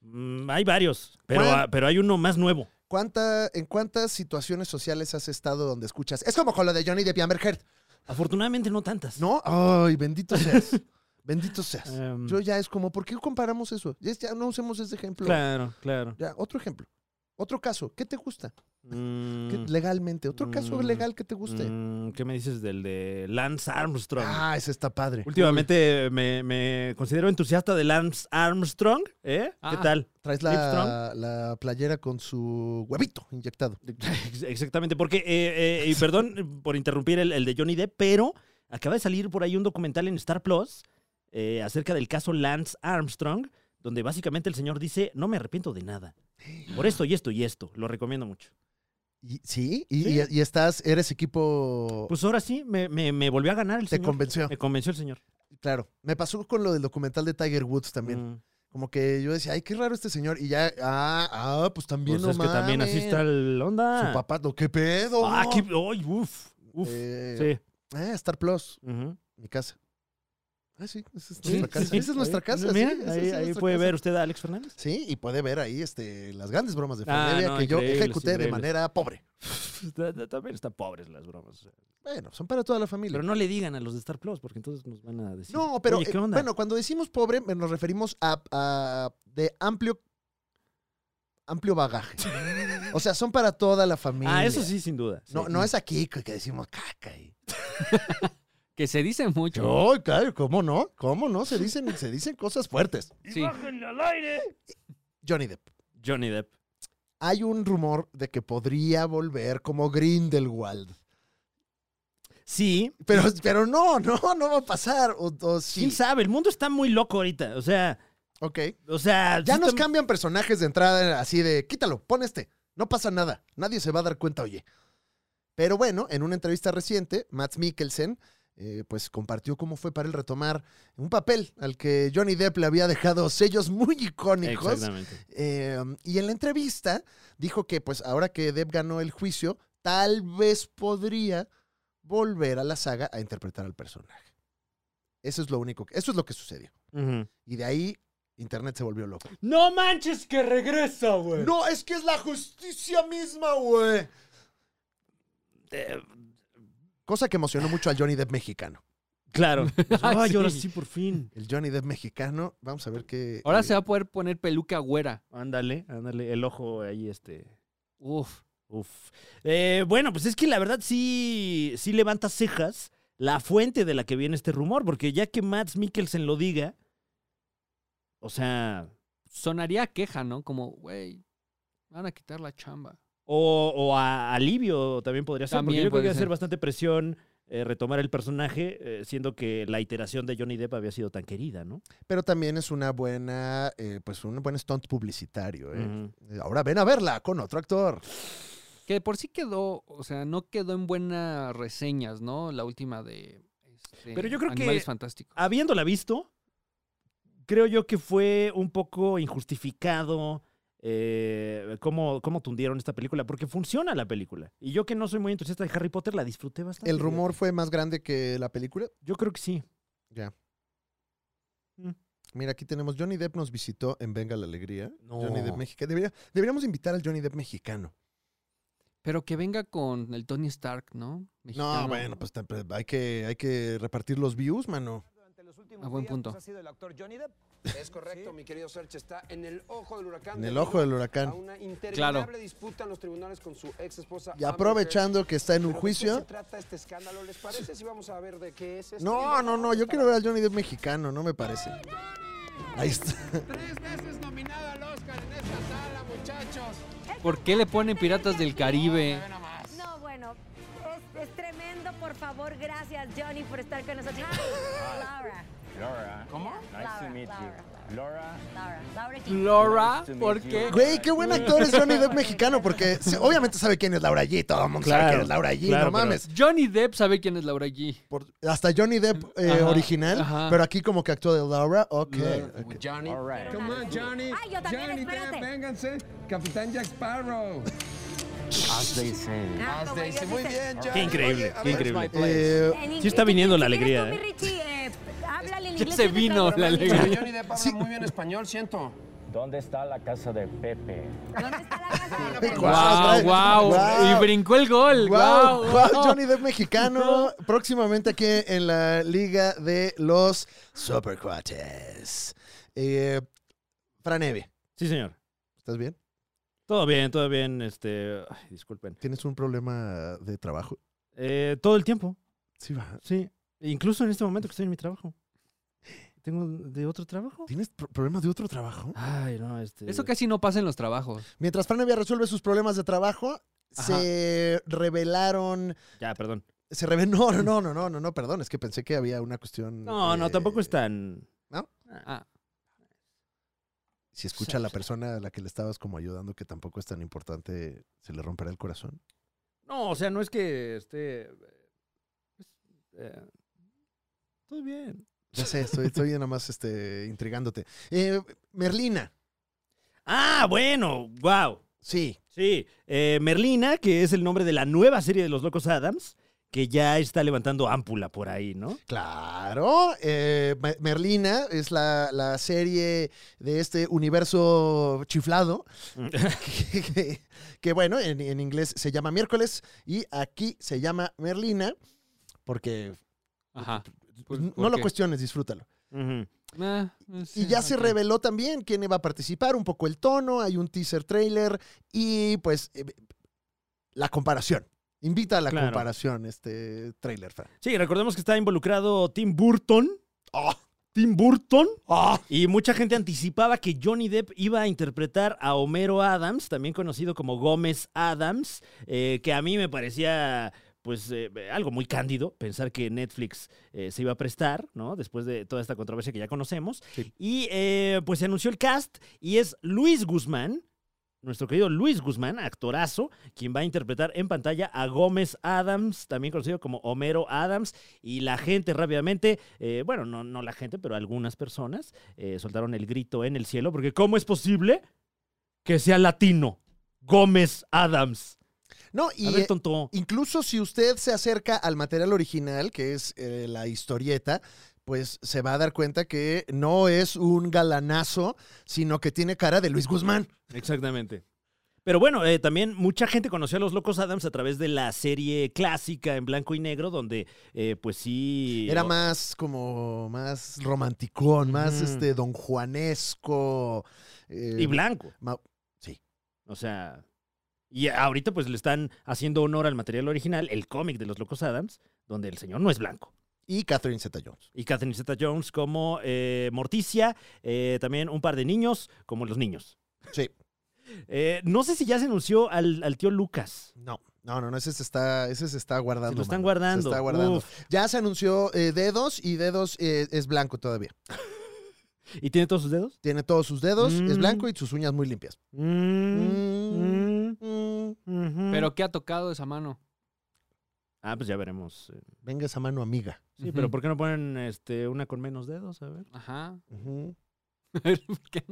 Speaker 2: Mm, hay varios, pero,
Speaker 4: ¿Cuál?
Speaker 2: ah, pero hay uno más nuevo.
Speaker 4: ¿Cuánta, ¿En cuántas situaciones sociales has estado donde escuchas? Es como con lo de Johnny Depp y Amber Heard,
Speaker 2: Afortunadamente no tantas.
Speaker 4: ¿no? Ay, bendito seas.
Speaker 2: [laughs]
Speaker 4: bendito seas.
Speaker 2: Em,
Speaker 4: Yo ya es como, ¿por qué comparamos eso? Ya, es- ya no usemos ese ejemplo.
Speaker 2: Claro, claro.
Speaker 4: Ya, otro ejemplo. Otro caso. ¿Qué te gusta? ¿Qué-
Speaker 2: Mm,
Speaker 4: legalmente. Otro caso
Speaker 2: Mm.
Speaker 4: legal que te guste.
Speaker 2: mm, ¿Qué me dices del de Lance Armstrong? [laughs]
Speaker 4: Ah, ese está padre.
Speaker 2: Últimamente me, me considero entusiasta de Lance Armstrong, ¿eh? ¿Qué
Speaker 3: Ah.
Speaker 2: tal?
Speaker 4: Traes la, la playera con su huevito inyectado.
Speaker 2: Ex- [laughs] Exactamente, porque, eh, eh, y perdón por interrumpir el, el de Johnny Depp, pero acaba de salir por ahí un documental en Star Plus eh, acerca del caso Lance Armstrong, donde básicamente el señor dice, no me arrepiento de nada. Por esto y esto y esto, lo recomiendo mucho.
Speaker 4: Y- ¿Sí? Y,
Speaker 2: Sí.
Speaker 4: y- y estás, eres equipo...
Speaker 2: Pues ahora sí, me, me, me volvió a ganar el
Speaker 4: te
Speaker 2: señor. Eh.
Speaker 4: convenció.
Speaker 2: Me convenció el señor.
Speaker 4: Claro. Me pasó con lo del documental de Tiger Woods también.
Speaker 2: Mm.
Speaker 4: Como que yo decía, ay, qué raro este señor. Y ya, ah, ah, pues también
Speaker 2: Pues
Speaker 4: no
Speaker 2: es que también así
Speaker 4: mames.
Speaker 2: está el onda.
Speaker 4: Su papá, no, qué pedo.
Speaker 2: Ah, qué- ay, uf, uf.
Speaker 4: Eh,
Speaker 2: Sí.
Speaker 4: Ah, Star Plus.
Speaker 2: ujú.
Speaker 4: Mi casa. Ah, sí, esa es
Speaker 2: Sí,
Speaker 4: nuestra casa.
Speaker 2: sí,
Speaker 4: Esa es nuestra
Speaker 2: ahí-
Speaker 4: casa.
Speaker 2: Mira,
Speaker 4: sí, esa-
Speaker 2: ahí,
Speaker 4: esa es
Speaker 2: ahí
Speaker 4: nuestra
Speaker 2: puede
Speaker 4: casa.
Speaker 2: ver usted a Alex Fernández.
Speaker 4: Sí, y puede ver ahí este, las grandes bromas de
Speaker 2: Ah,
Speaker 4: Fernevia
Speaker 2: no,
Speaker 4: que yo
Speaker 2: increíbles,
Speaker 4: ejecuté de
Speaker 2: increíbles.
Speaker 4: manera pobre.
Speaker 2: Está- está- También están pobres las bromas. o sea.
Speaker 4: Bueno, son para toda la familia.
Speaker 2: Pero no le digan a los de Star Plus, porque entonces nos van a decir.
Speaker 4: no, pero
Speaker 2: Oye, ¿qué
Speaker 4: eh,
Speaker 2: onda?
Speaker 4: bueno, cuando decimos pobre eh, nos referimos a, a- de amplio amplio bagaje.
Speaker 2: [laughs]
Speaker 4: o sea, son para toda la familia.
Speaker 2: ah, eso sí, sin duda. sí.
Speaker 4: eh, No, no es aquí que que decimos caca. y-
Speaker 3: Que se dice mucho.
Speaker 4: Ay, claro, ¿cómo no? ¿Cómo no?
Speaker 2: [laughs]
Speaker 4: Se dicen, se dicen cosas fuertes.
Speaker 3: Sí.
Speaker 4: Johnny Depp.
Speaker 2: Johnny Depp.
Speaker 4: hay un rumor de que podría volver como Grindelwald.
Speaker 2: Sí,
Speaker 4: Pero, pero no, no, no va a pasar. O, o sí.
Speaker 2: quién sabe, el mundo está muy loco ahorita. O sea,
Speaker 4: Ok.
Speaker 2: o sea.
Speaker 4: Ya
Speaker 2: sí
Speaker 4: nos
Speaker 2: está-
Speaker 4: cambian personajes de entrada así de, quítalo, pon este. No pasa nada. Nadie se va a dar cuenta, oye. Pero bueno, en una entrevista reciente, Matt Mikkelsen eh, pues compartió cómo fue para él retomar un papel al que Johnny Depp le había dejado sellos muy icónicos.
Speaker 2: Exactamente.
Speaker 4: Eh, y en la entrevista dijo que pues ahora que Depp ganó el juicio, tal vez podría volver a la saga a interpretar al personaje. Eso es lo único, que- eso es lo que sucedió.
Speaker 2: Ujú.
Speaker 4: Y de ahí Internet se volvió loco.
Speaker 2: ¡No manches que regresa, güey!
Speaker 4: No, es que es la justicia misma, güey.
Speaker 2: Eh,
Speaker 4: Cosa que emocionó mucho al Johnny Depp mexicano. [laughs]
Speaker 2: claro. Ay,
Speaker 3: Sí.
Speaker 2: ahora sí, por fin.
Speaker 4: El Johnny Depp mexicano, vamos a ver qué.
Speaker 3: Ahora
Speaker 4: eh,
Speaker 3: se va a poder poner peluca güera.
Speaker 2: Ándale, ándale. El ojo ahí, este...
Speaker 3: Uf.
Speaker 2: Uf. Eh, bueno, pues es que la verdad sí, sí levanta cejas la fuente de la que viene este rumor, porque ya que Mads Mikkelsen lo diga, o sea,
Speaker 3: Sonaría a queja, ¿no? Como, güey, van a quitar la chamba.
Speaker 2: o, o a alivio también podría ser,
Speaker 3: También
Speaker 2: porque yo creo que
Speaker 3: puede
Speaker 2: va a ser
Speaker 3: ser.
Speaker 2: bastante presión eh, retomar el personaje, eh, siendo que la iteración de Johnny Depp había sido tan querida, ¿no?
Speaker 4: Pero también es una buena, eh, pues un buen stunt publicitario. eh.
Speaker 2: Ujú.
Speaker 4: Ahora ven a verla con otro actor.
Speaker 3: Que de por sí quedó, o sea, no quedó en buenas reseñas, ¿no? La última de. este,
Speaker 2: Pero yo creo que-
Speaker 3: Animales Fantásticos.
Speaker 2: habiéndola visto, creo yo que fue un poco injustificado eh, cómo, cómo tundieron esta película, porque funciona la película. Y yo que no soy muy entusiasta de Harry Potter, la disfruté bastante.
Speaker 4: El rumor fue más grande que la película.
Speaker 2: Yo creo que sí.
Speaker 4: Mira, aquí tenemos Johnny Depp nos visitó en Venga la Alegría.
Speaker 2: No.
Speaker 4: Johnny Depp mexicano. Debería- deberíamos invitar al Johnny Depp mexicano.
Speaker 3: Pero que venga con el Tony Stark, ¿no? Mexicano.
Speaker 4: No, bueno, pues te- hay que, hay que repartir los views, mano.
Speaker 6: Durante los últimos
Speaker 3: A buen
Speaker 6: días,
Speaker 3: punto.
Speaker 6: pues, ha sido el actor Johnny Depp.
Speaker 7: Es correcto, mi querido Serge, está en el ojo del huracán.
Speaker 4: En el ojo del
Speaker 7: A
Speaker 4: huracán.
Speaker 7: una interminable
Speaker 3: Claro.
Speaker 7: disputa en los tribunales con su ex esposa.
Speaker 4: Y aprovechando que está en un
Speaker 7: ¿De
Speaker 4: juicio.
Speaker 7: qué se trata este escándalo? ¿Les parece si vamos a ver de qué es esto?
Speaker 4: No, no, no, yo quiero ver al Johnny Depp mexicano, no me parece. Ahí está.
Speaker 7: Tres veces nominado al Oscar en esta sala, muchachos.
Speaker 3: ¿Por qué le ponen Piratas del Caribe?
Speaker 8: No, bueno, es, es tremendo. Por favor, gracias, Johnny, por estar con nosotros. Hi, Laura.
Speaker 9: Laura.
Speaker 8: ¿Cómo?
Speaker 9: Nice to meet you. Laura.
Speaker 8: Laura, Laura. Jean.
Speaker 3: Laura,
Speaker 9: Nice to meet
Speaker 3: ¿por
Speaker 9: you.
Speaker 3: qué?
Speaker 4: Güey, qué buen actor es Johnny Depp mexicano, porque sí, obviamente sabe quién es Laura G. Todo el mundo sabe
Speaker 2: Claro,
Speaker 4: quién es Laura G.
Speaker 2: claro,
Speaker 4: no
Speaker 2: pero-
Speaker 4: mames.
Speaker 3: Johnny Depp sabe quién es Laura G.
Speaker 4: Por- hasta Johnny Depp eh,
Speaker 3: Ajá,
Speaker 4: original,
Speaker 3: ajá.
Speaker 4: pero aquí como que actúa de Laura. Ok. ok.
Speaker 7: Johnny.
Speaker 9: All right.
Speaker 8: Come on, Johnny. Ay, yo también, espérate.
Speaker 7: vénganse. Capitán Jack Sparrow.
Speaker 9: As they say.
Speaker 8: Ah, como
Speaker 9: este,
Speaker 8: ellos
Speaker 7: Muy
Speaker 8: dicen.
Speaker 7: bien, Johnny.
Speaker 2: Qué increíble,
Speaker 7: Oye,
Speaker 2: qué
Speaker 7: a ver,
Speaker 2: increíble.
Speaker 4: Eh,
Speaker 8: En inglés,
Speaker 2: Sí está viniendo la
Speaker 8: si quieres
Speaker 2: alegría,
Speaker 8: tú, mi
Speaker 2: ¿eh?
Speaker 8: Richie,
Speaker 9: [laughs]
Speaker 8: eh, háblale en
Speaker 3: Ya
Speaker 8: inglés
Speaker 3: se
Speaker 8: y te
Speaker 3: vino
Speaker 8: traducimos.
Speaker 3: la alegría.
Speaker 7: Johnny Depp habla muy bien español, siento.
Speaker 9: ¿Dónde está la casa de Pepe?
Speaker 8: ¿Dónde está la casa?
Speaker 9: [laughs]
Speaker 4: Guau,
Speaker 3: Wow, wow,
Speaker 4: guau.
Speaker 3: Y brincó el gol.
Speaker 4: Wow,
Speaker 3: Wow,
Speaker 4: Johnny Depp mexicano, próximamente aquí en la Liga de los Supercuates. Eh, Franevia,
Speaker 2: Sí, señor.
Speaker 4: ¿estás bien?
Speaker 2: Todo bien, todo bien. Este, ay, disculpen.
Speaker 4: ¿Tienes un problema de trabajo?
Speaker 2: Eh, todo el tiempo,
Speaker 4: Sí, va.
Speaker 2: sí. Incluso en este momento que estoy en mi trabajo. ¿Tengo de otro trabajo?
Speaker 4: ¿Tienes pro- problemas de otro trabajo?
Speaker 2: Ay, no, este...
Speaker 3: Eso casi no pasa en los trabajos.
Speaker 4: Mientras Franevia resuelve sus problemas de trabajo, se revelaron...
Speaker 2: Ya, perdón.
Speaker 4: Se reveló... No, no, no, no, no, no, no, perdón. Es que pensé que había una cuestión...
Speaker 2: No, no,
Speaker 4: eh,
Speaker 2: tampoco es tan...
Speaker 3: Ah,
Speaker 4: Si escucha
Speaker 2: [laughs]
Speaker 4: a la persona a la que le estabas como ayudando que tampoco es tan importante, se le romperá el corazón.
Speaker 2: No, o sea, no es que esté. eh, pues, eh, todo bien.
Speaker 4: Ya sé, estoy, estoy nada más este, intrigándote. Eh, Merlina,
Speaker 2: Ah, bueno, wow.
Speaker 4: sí.
Speaker 2: Sí, eh, Merlina, que es el nombre de la nueva serie de Los Locos Adams, que ya está levantando ámpula por ahí, ¿no?
Speaker 4: Claro, eh, Me- Merlina es la, la serie de este universo chiflado,
Speaker 2: Mm.
Speaker 4: que, [laughs] que- que, bueno, en, en inglés se llama miércoles y aquí se llama Merlina, porque
Speaker 3: ajá.
Speaker 1: pues,
Speaker 2: Pues,
Speaker 4: n- no lo cuestiones, disfrútalo.
Speaker 2: Ujú.
Speaker 3: Ah,
Speaker 4: Y ya se reveló también quién iba a participar, un poco el tono, hay un teaser trailer y pues eh, la comparación. Invita a la
Speaker 2: Claro.
Speaker 4: comparación este trailer, Fran.
Speaker 2: Sí, recordemos que está involucrado Tim Burton.
Speaker 4: Ah.
Speaker 2: Tim Burton. [laughs] Y mucha gente anticipaba que Johnny Depp iba a interpretar a Homero Adams, también conocido como Gómez Adams, eh, que a mí me parecía pues eh, algo muy cándido pensar que Netflix eh, se iba a prestar, ¿no? Después de toda esta controversia que ya conocemos. Y eh, pues se anunció el cast y es Luis Guzmán, nuestro querido Luis Guzmán, actorazo, quien va a interpretar en pantalla a Gómez Adams, también conocido como Homero Adams. Y la gente rápidamente, eh, bueno, no, no la gente, pero algunas personas eh, soltaron el grito en el cielo, porque ¿cómo es posible que sea latino? Gómez Adams.
Speaker 4: No,
Speaker 2: a
Speaker 4: y
Speaker 2: ver,
Speaker 4: eh,
Speaker 2: tonto.
Speaker 4: incluso si usted se acerca al material original, que es eh, la historieta,
Speaker 1: pues se va a dar cuenta que no es un galanazo, sino que tiene cara de Luis Guzmán.
Speaker 2: Exactamente. Pero bueno, eh, también mucha gente conoció a los Locos Adams a través de la serie clásica en blanco y negro, donde eh, pues sí...
Speaker 1: Era
Speaker 2: o-
Speaker 1: más como, más romanticón, más
Speaker 2: Ujú.
Speaker 1: este don Juanesco. eh,
Speaker 2: Y blanco.
Speaker 1: ma-
Speaker 2: O sea, y ahorita pues le están haciendo honor al material original, el cómic de los Locos Adams, donde el señor no es blanco.
Speaker 1: y Catherine Zeta-Jones.
Speaker 2: Y Catherine Zeta-Jones como eh, Morticia, eh, también un par de niños como los niños.
Speaker 1: Sí.
Speaker 2: [laughs] Eh, no sé si ya se anunció al, al tío Lucas.
Speaker 1: No, no, no, no, ese se está, ese se está guardando.
Speaker 2: Se lo están
Speaker 1: mano.
Speaker 2: guardando.
Speaker 1: Se está guardando.
Speaker 2: Uf.
Speaker 1: Ya se anunció eh, dedos y dedos eh, es blanco todavía.
Speaker 2: ¿Y tiene todos sus dedos?
Speaker 1: Tiene todos sus dedos, es
Speaker 2: Mm.
Speaker 1: blanco y sus uñas muy limpias. Mm.
Speaker 2: Mm,
Speaker 1: Mm.
Speaker 2: ujú.
Speaker 3: Pero ¿qué ha tocado esa mano?
Speaker 2: Ah, pues ya veremos.
Speaker 1: Venga esa mano amiga.
Speaker 2: Sí, pero
Speaker 3: Ujú.
Speaker 2: ¿por qué no ponen este, una con menos dedos? A ver.
Speaker 3: Ajá.
Speaker 1: Ujú,
Speaker 3: ¿Qué?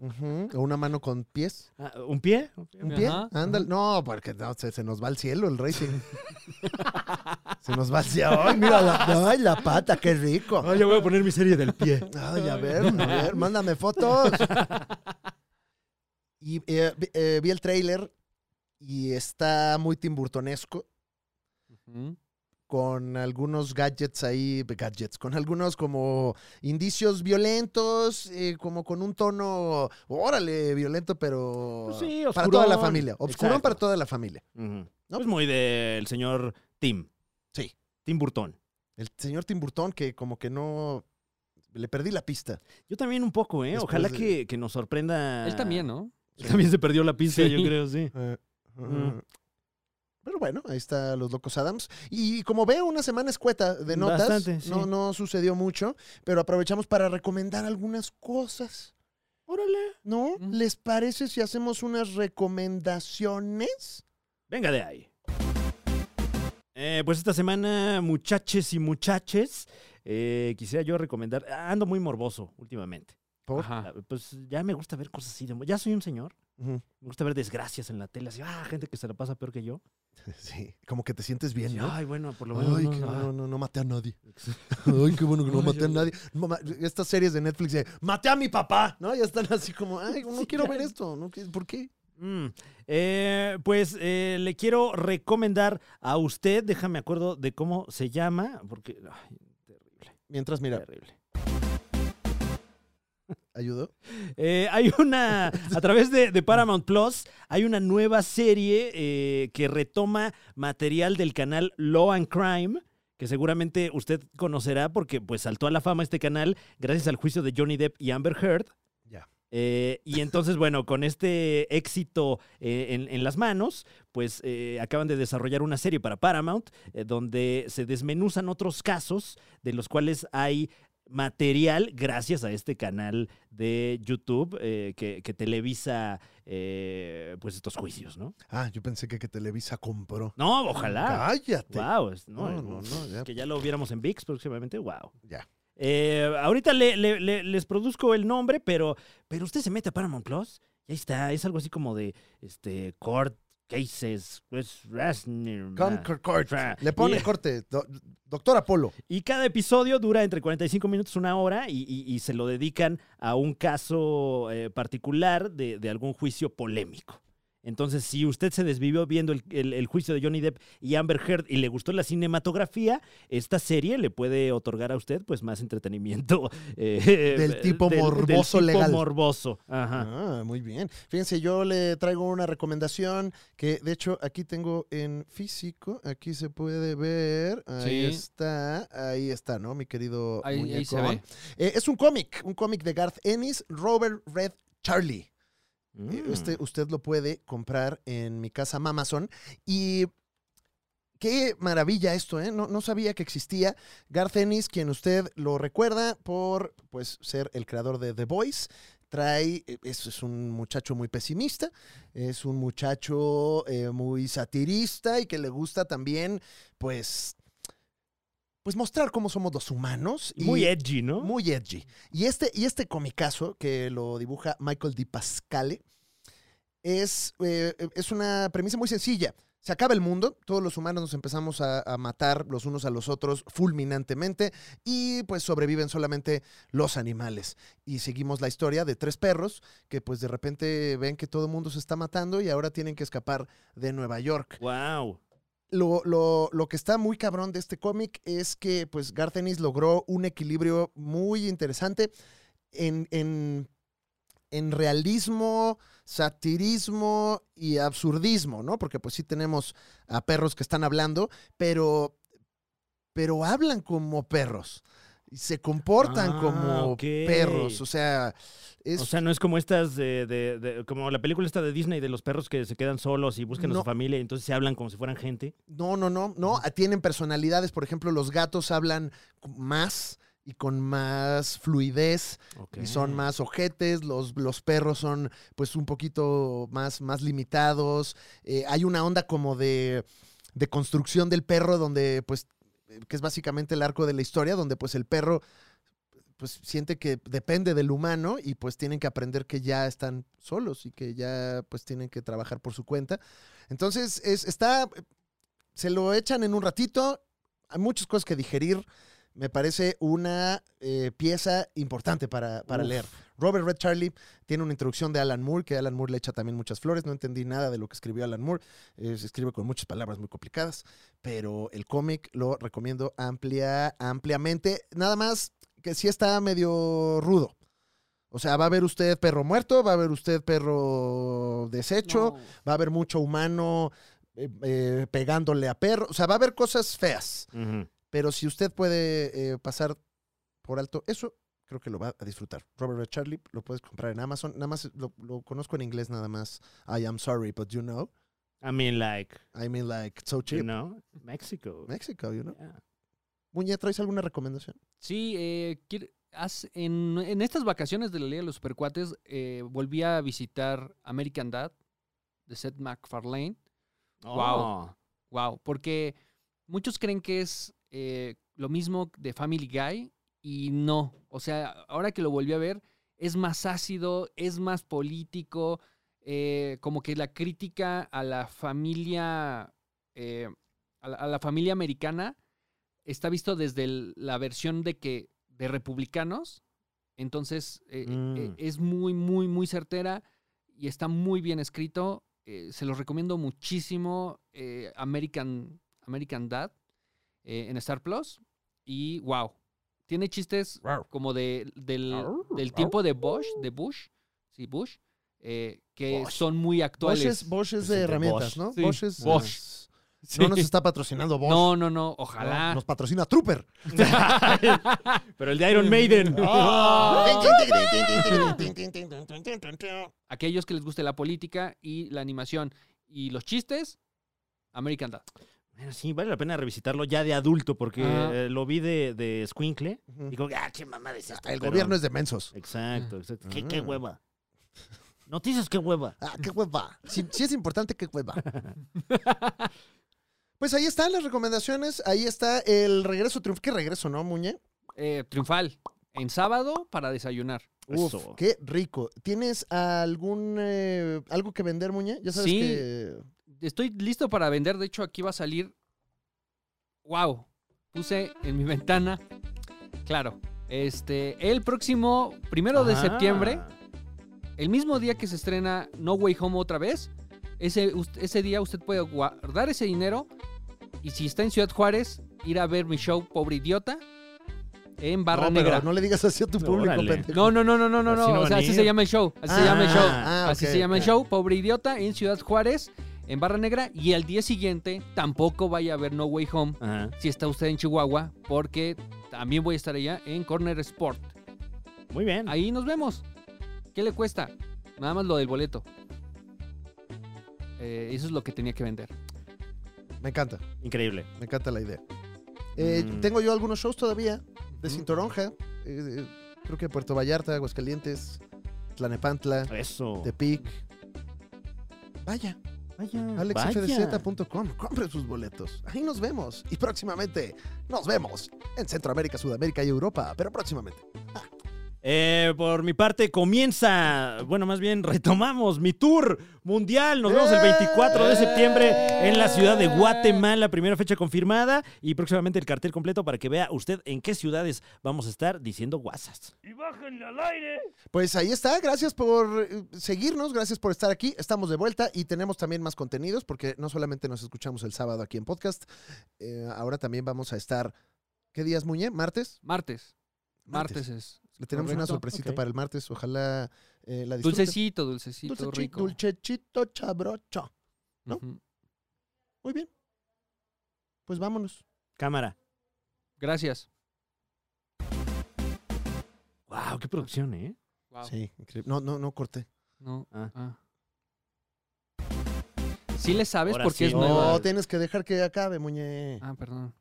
Speaker 1: ujú. O una mano con pies.
Speaker 2: Ah, ¿Un pie? ¿Un pie?
Speaker 1: ¿Un pie?
Speaker 3: Ajá.
Speaker 1: Ándale. No, porque no, se, se nos va al cielo el rating. se nos va al cielo. Ay, mira, la, ay, la pata, qué rico.
Speaker 2: Ah, ya voy a poner mi serie del
Speaker 1: [laughs]
Speaker 2: pie.
Speaker 1: Ay, a ver, a ver, mándame fotos. Y eh, vi- eh, vi el tráiler y está muy timburtonesco
Speaker 3: Ujú.
Speaker 1: con algunos gadgets ahí, gadgets, con algunos como indicios violentos, eh, como con un tono, órale, violento, pero
Speaker 2: Pues sí,
Speaker 1: para toda la
Speaker 2: oscurón.
Speaker 1: familia, obscurón
Speaker 2: Exacto.
Speaker 1: para toda la familia.
Speaker 2: Ujú.
Speaker 1: ¿No?
Speaker 2: Es pues muy del señor Tim.
Speaker 1: Sí.
Speaker 2: Tim Burton.
Speaker 1: El señor Timburtón que como que no, le perdí la pista.
Speaker 2: Yo también un poco, ¿eh?
Speaker 1: Después
Speaker 2: Ojalá
Speaker 1: de-
Speaker 2: que, que nos sorprenda.
Speaker 3: Él también, ¿no?
Speaker 2: Él también se perdió la pista,
Speaker 3: Sí.
Speaker 2: yo creo, sí.
Speaker 1: Eh,
Speaker 2: Mm.
Speaker 1: Pero bueno, ahí está Los Locos Adams. Y como veo, una semana escueta de notas.
Speaker 2: Bastante, sí.
Speaker 1: no, no sucedió mucho, pero aprovechamos para recomendar algunas cosas.
Speaker 2: Órale.
Speaker 1: ¿No?
Speaker 3: Mm.
Speaker 1: ¿Les parece si hacemos unas recomendaciones?
Speaker 2: Venga de ahí. Eh, pues esta semana, muchaches y muchaches, eh, quisiera yo recomendar. ah, Ando muy morboso últimamente.
Speaker 1: Por-
Speaker 3: Ajá.
Speaker 2: Ah, Pues ya me gusta ver cosas así. de mo- Ya soy un señor.
Speaker 1: Ujú.
Speaker 2: Me gusta ver desgracias en la tele. Así, ah, gente que se la pasa peor que yo.
Speaker 1: Sí, como que te sientes bien,
Speaker 2: Así,
Speaker 1: ¿no?
Speaker 2: Ay, bueno, por lo menos.
Speaker 1: Ay,
Speaker 2: no-
Speaker 1: qué
Speaker 2: ah".
Speaker 1: bueno, no, no maté a nadie. Ay, qué bueno que no maté a nadie. No, ma- estas series de Netflix de maté a mi papá, ¿no? Ya están así como, ay, no quiero ver esto. ¿no? qui- ¿Por qué?
Speaker 2: Mm, eh, pues eh, le quiero recomendar a usted, déjame acuerdo de cómo se llama, porque... ay, terrible,
Speaker 1: Mientras, mira,
Speaker 2: terrible.
Speaker 1: ayudó.
Speaker 2: Eh, hay una, a través de, de Paramount Plus, hay una nueva serie eh, que retoma material del canal Law and Crime, que seguramente usted conocerá porque pues saltó a la fama este canal gracias al juicio de Johnny Depp y Amber Heard.
Speaker 1: Ya.
Speaker 2: Eh, y entonces, bueno, con este éxito eh, en, en las manos, pues eh, acaban de desarrollar una serie para Paramount eh, donde se desmenuzan otros casos de los cuales hay material gracias a este canal de YouTube eh, que, que televisa eh, pues estos juicios, ¿no?
Speaker 1: Ah, yo pensé que, que Televisa compró.
Speaker 2: No,
Speaker 1: Ah.
Speaker 2: ojalá.
Speaker 1: Cállate.
Speaker 2: Wow, no, eh,
Speaker 1: No, no, no, ya.
Speaker 2: que ya lo viéramos en VIX próximamente, wow.
Speaker 1: Ya.
Speaker 2: Eh, ahorita le- le- le- les produzco el nombre, pero, pero usted se mete a Paramount Plus. y ahí está, es algo así como de este, court cases. Pues, ah, Rasner,
Speaker 1: Conquer Court.
Speaker 2: Fra-
Speaker 1: Le pone
Speaker 2: y-
Speaker 1: corte. do- doctor Apolo.
Speaker 2: Y cada episodio dura entre 45 minutos, una hora, y, y- y se lo dedican a un caso eh, particular de, de algún juicio polémico. Entonces, si usted se desvivió viendo el, el- el juicio de Johnny Depp y Amber Heard y le gustó la cinematografía, esta serie le puede otorgar a usted pues más entretenimiento [laughs] eh,
Speaker 1: Del tipo morboso
Speaker 2: tipo
Speaker 1: legal.
Speaker 2: morboso. Ajá.
Speaker 1: Ah, muy bien. Fíjense, yo le traigo una recomendación que de hecho aquí tengo en físico. Aquí se puede ver. Ahí
Speaker 3: Sí.
Speaker 1: está. Ahí está, ¿no? Mi querido
Speaker 3: Ahí, ahí se
Speaker 1: muñecón.
Speaker 3: ve.
Speaker 1: Eh, es un cómic, un cómic de Garth Ennis, Robert Red Charlie. Eh,
Speaker 2: Mm.
Speaker 1: Este usted lo puede comprar en mi casa Amazon. Y qué maravilla esto, ¿eh? No, no sabía que existía. Garth Ennis, quien usted lo recuerda por pues, ser el creador de The Voice. Trae, eh, es, es un muchacho muy pesimista, es un muchacho eh, muy satirista y que le gusta también, pues, pues mostrar cómo somos los humanos. y-
Speaker 2: Muy edgy, ¿no?
Speaker 1: muy edgy. Y este, y este comicazo que lo dibuja Michael Di Pascale es, eh, es una premisa muy sencilla. Se acaba el mundo, todos los humanos nos empezamos a, a matar los unos a los otros fulminantemente y pues sobreviven solamente los animales. Y seguimos la historia de tres perros que pues de repente ven que todo el mundo se está matando y ahora tienen que escapar de Nueva York.
Speaker 2: ¡Wow!
Speaker 1: Lo, lo- lo que está muy cabrón de este cómic es que pues Garth Ennis logró un equilibrio muy interesante en, en, en realismo, satirismo y absurdismo, ¿no? Porque pues sí tenemos a perros que están hablando, pero, pero hablan como perros. y Se comportan
Speaker 2: Ah,
Speaker 1: como
Speaker 2: ok.
Speaker 1: perros. O sea, es
Speaker 2: O sea, no es como estas de, de- de- como la película esta de Disney de los perros que se quedan solos y buscan a
Speaker 1: No.
Speaker 2: su familia y entonces se hablan como si fueran gente.
Speaker 1: No, no, no, no. ah, Tienen personalidades. Por ejemplo, los gatos hablan cu- más y con más fluidez y son más ojetes. Los, los perros son pues un poquito más, más limitados. Eh, hay una onda como de, de construcción del perro donde pues eh, que es básicamente el arco de la historia donde pues el perro pues siente que depende del humano y pues tienen que aprender que ya están solos y que ya pues tienen que trabajar por su cuenta. Entonces es, está se lo echan en un ratito. Hay muchas cosas que digerir. Me parece una eh, pieza importante para, para
Speaker 2: Uf.
Speaker 1: leer. Robert Red Charlie tiene una introducción de Alan Moore, que Alan Moore le echa también muchas flores. No entendí nada de lo que escribió Alan Moore. Eh, se escribe con muchas palabras muy complicadas, pero el cómic lo recomiendo amplia, ampliamente. Nada más que sí está medio rudo. O sea, va a ver usted perro muerto, va a ver usted perro deshecho,
Speaker 3: No.
Speaker 1: va a haber mucho humano eh, eh, pegándole a perro. O sea, va a haber cosas feas.
Speaker 2: Ujú.
Speaker 1: Pero si usted puede eh, pasar por alto eso, creo que lo va a disfrutar. Robert Red Charlie lo puedes comprar en Amazon. Nada más lo, lo conozco en inglés, nada más. I am sorry, but you know.
Speaker 2: I mean, like,
Speaker 1: I mean, like, so cheap.
Speaker 2: you know, Mexico.
Speaker 1: Mexico, you know.
Speaker 2: Yeah.
Speaker 1: Muñe, ¿traes alguna recomendación?
Speaker 3: Sí, eh, quier- haz- en, en estas vacaciones de la Liga de los Supercuates eh, volví a visitar American Dad de Seth MacFarlane.
Speaker 2: Oh.
Speaker 3: Wow. Wow, porque muchos creen que es eh, lo mismo de Family Guy y no. O sea, ahora que lo volví a ver, es más ácido, es más político, eh, como que la crítica a la familia, eh, a, la, a la familia americana está visto desde el- la versión de que de republicanos. Entonces eh, eh,
Speaker 2: Mm.
Speaker 3: es muy, muy, muy certera y está muy bien escrito. Eh, se los recomiendo muchísimo. eh, American, American Dad eh, en Star Plus. Y wow. Tiene chistes como de, del, del tiempo de Bush, de Bush, sí, Bush, eh, que son muy
Speaker 1: Bosch
Speaker 3: actuales.
Speaker 1: es, Bosch es
Speaker 2: Pues
Speaker 1: de
Speaker 2: entre
Speaker 1: herramientas,
Speaker 2: Bosch.
Speaker 1: ¿no?
Speaker 3: Sí.
Speaker 1: Bosch es...
Speaker 3: Bosch. Sí.
Speaker 1: No nos está patrocinando Bosch.
Speaker 3: [laughs] no, no, no,
Speaker 1: No,
Speaker 3: ojalá.
Speaker 1: Nos patrocina Trooper.
Speaker 2: Pero el de Iron
Speaker 3: [laughs]
Speaker 2: Maiden.
Speaker 3: Oh.
Speaker 1: Ah.
Speaker 3: Aquellos que les guste la política y la animación y los chistes, American Dad.
Speaker 2: Bueno, sí, vale la pena revisitarlo ya de adulto, porque
Speaker 3: Ah.
Speaker 2: eh, lo vi de, de Squinkle.
Speaker 1: Ujú.
Speaker 2: Digo, ah, qué mamada es esto.
Speaker 1: El
Speaker 2: pero-
Speaker 1: gobierno es de mensos.
Speaker 2: Exacto, exacto. ¿Qué, qué
Speaker 1: Ah.
Speaker 2: hueva? Noticias, qué hueva.
Speaker 1: Ah, qué hueva. Si, si es importante, qué
Speaker 2: [laughs]
Speaker 1: hueva. Pues ahí están las recomendaciones. Ahí está el regreso triunfo. Qué regreso, ¿no, Muñe?
Speaker 3: Eh, triunfal, en sábado para desayunar.
Speaker 1: Uf,
Speaker 2: Eso.
Speaker 1: qué rico. ¿Tienes algún eh, algo que vender, Muñe? Ya sabes
Speaker 3: Sí.
Speaker 1: que.
Speaker 3: Estoy listo para vender, de hecho aquí va a salir, wow, puse en mi ventana, claro, este, el próximo primero de
Speaker 2: Ah.
Speaker 3: septiembre. El mismo día que se estrena No Way Home otra vez, ese, us- ese día usted puede guardar ese dinero y si está en Ciudad Juárez, ir a ver mi show Pobre Idiota en Barra
Speaker 1: no, pero
Speaker 3: Negra.
Speaker 1: no le digas así a tu público,
Speaker 2: Órale.
Speaker 1: pendejo.
Speaker 3: No, no, no, no, no, no,
Speaker 2: Así
Speaker 3: no.
Speaker 2: no
Speaker 3: O sea,
Speaker 2: van
Speaker 3: así
Speaker 2: a
Speaker 3: se
Speaker 2: ir.
Speaker 3: llama el show. Así se llama el show.
Speaker 1: Ah,
Speaker 3: así
Speaker 1: ok,
Speaker 3: se llama
Speaker 1: ok.
Speaker 3: el show. Pobre idiota en Ciudad Juárez, en Barra Negra. Y al día siguiente tampoco vaya a ver No Way Home
Speaker 2: Ajá.
Speaker 3: si está usted en Chihuahua, porque también voy a estar allá en Corner Sport.
Speaker 2: Muy bien.
Speaker 3: Ahí nos vemos. ¿Qué le cuesta? Nada más lo del boleto. Eh, eso es lo que tenía que vender.
Speaker 1: Me encanta,
Speaker 2: Increíble.
Speaker 1: me encanta la idea. Eh,
Speaker 2: Mm.
Speaker 1: Tengo yo algunos shows todavía
Speaker 3: Mm.
Speaker 1: de Cintoronja. eh, eh, creo que Puerto Vallarta, Aguascalientes, Tlanepantla,
Speaker 2: Eso.
Speaker 1: Tepic. Vaya.
Speaker 2: Vaya.
Speaker 1: alexfdz.com. Compre sus boletos. Ahí nos vemos. Y próximamente nos vemos en Centroamérica, Sudamérica y Europa. Pero próximamente.
Speaker 2: Eh, por mi parte, comienza, bueno, más bien retomamos mi tour mundial. Nos vemos el 24 de septiembre en la ciudad de Guatemala, primera fecha confirmada y próximamente el cartel completo para que vea usted en qué ciudades vamos a estar diciendo guasas.
Speaker 1: Pues ahí está, gracias por eh, seguirnos, gracias por estar aquí, estamos de vuelta y tenemos también más contenidos porque no solamente nos escuchamos el sábado aquí en podcast, eh, ahora también vamos a estar, ¿qué días, Muñe? ¿Martes?
Speaker 3: Martes. Martes, es.
Speaker 1: Le tenemos una
Speaker 3: Correcto.
Speaker 1: sorpresita
Speaker 2: ok.
Speaker 1: para el martes, ojalá eh, la disfruten.
Speaker 3: Dulcecito, dulcecito,
Speaker 1: Dulcechi-
Speaker 3: rico.
Speaker 1: Dulcechito chabrocho. ¿no?
Speaker 3: Ujú.
Speaker 1: Muy bien. Pues vámonos.
Speaker 2: Cámara.
Speaker 3: Gracias.
Speaker 2: ¡Wow! ¡Qué producción, eh!
Speaker 3: Wow.
Speaker 1: Sí, increíble. No, no, no corté.
Speaker 3: No.
Speaker 2: Ah.
Speaker 3: ah. Sí le sabes
Speaker 2: Ahora
Speaker 3: porque
Speaker 2: sí.
Speaker 3: es
Speaker 2: No,
Speaker 3: nueva.
Speaker 1: No, tienes que dejar que acabe, Muñe.
Speaker 3: Ah, perdón.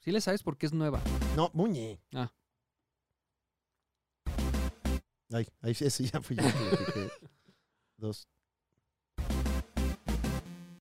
Speaker 3: Sí le sabes porque es nueva.
Speaker 1: No, Muñe.
Speaker 3: Ah. [laughs]
Speaker 1: Ay, ay, ese ya fui yo que le dije. Dos,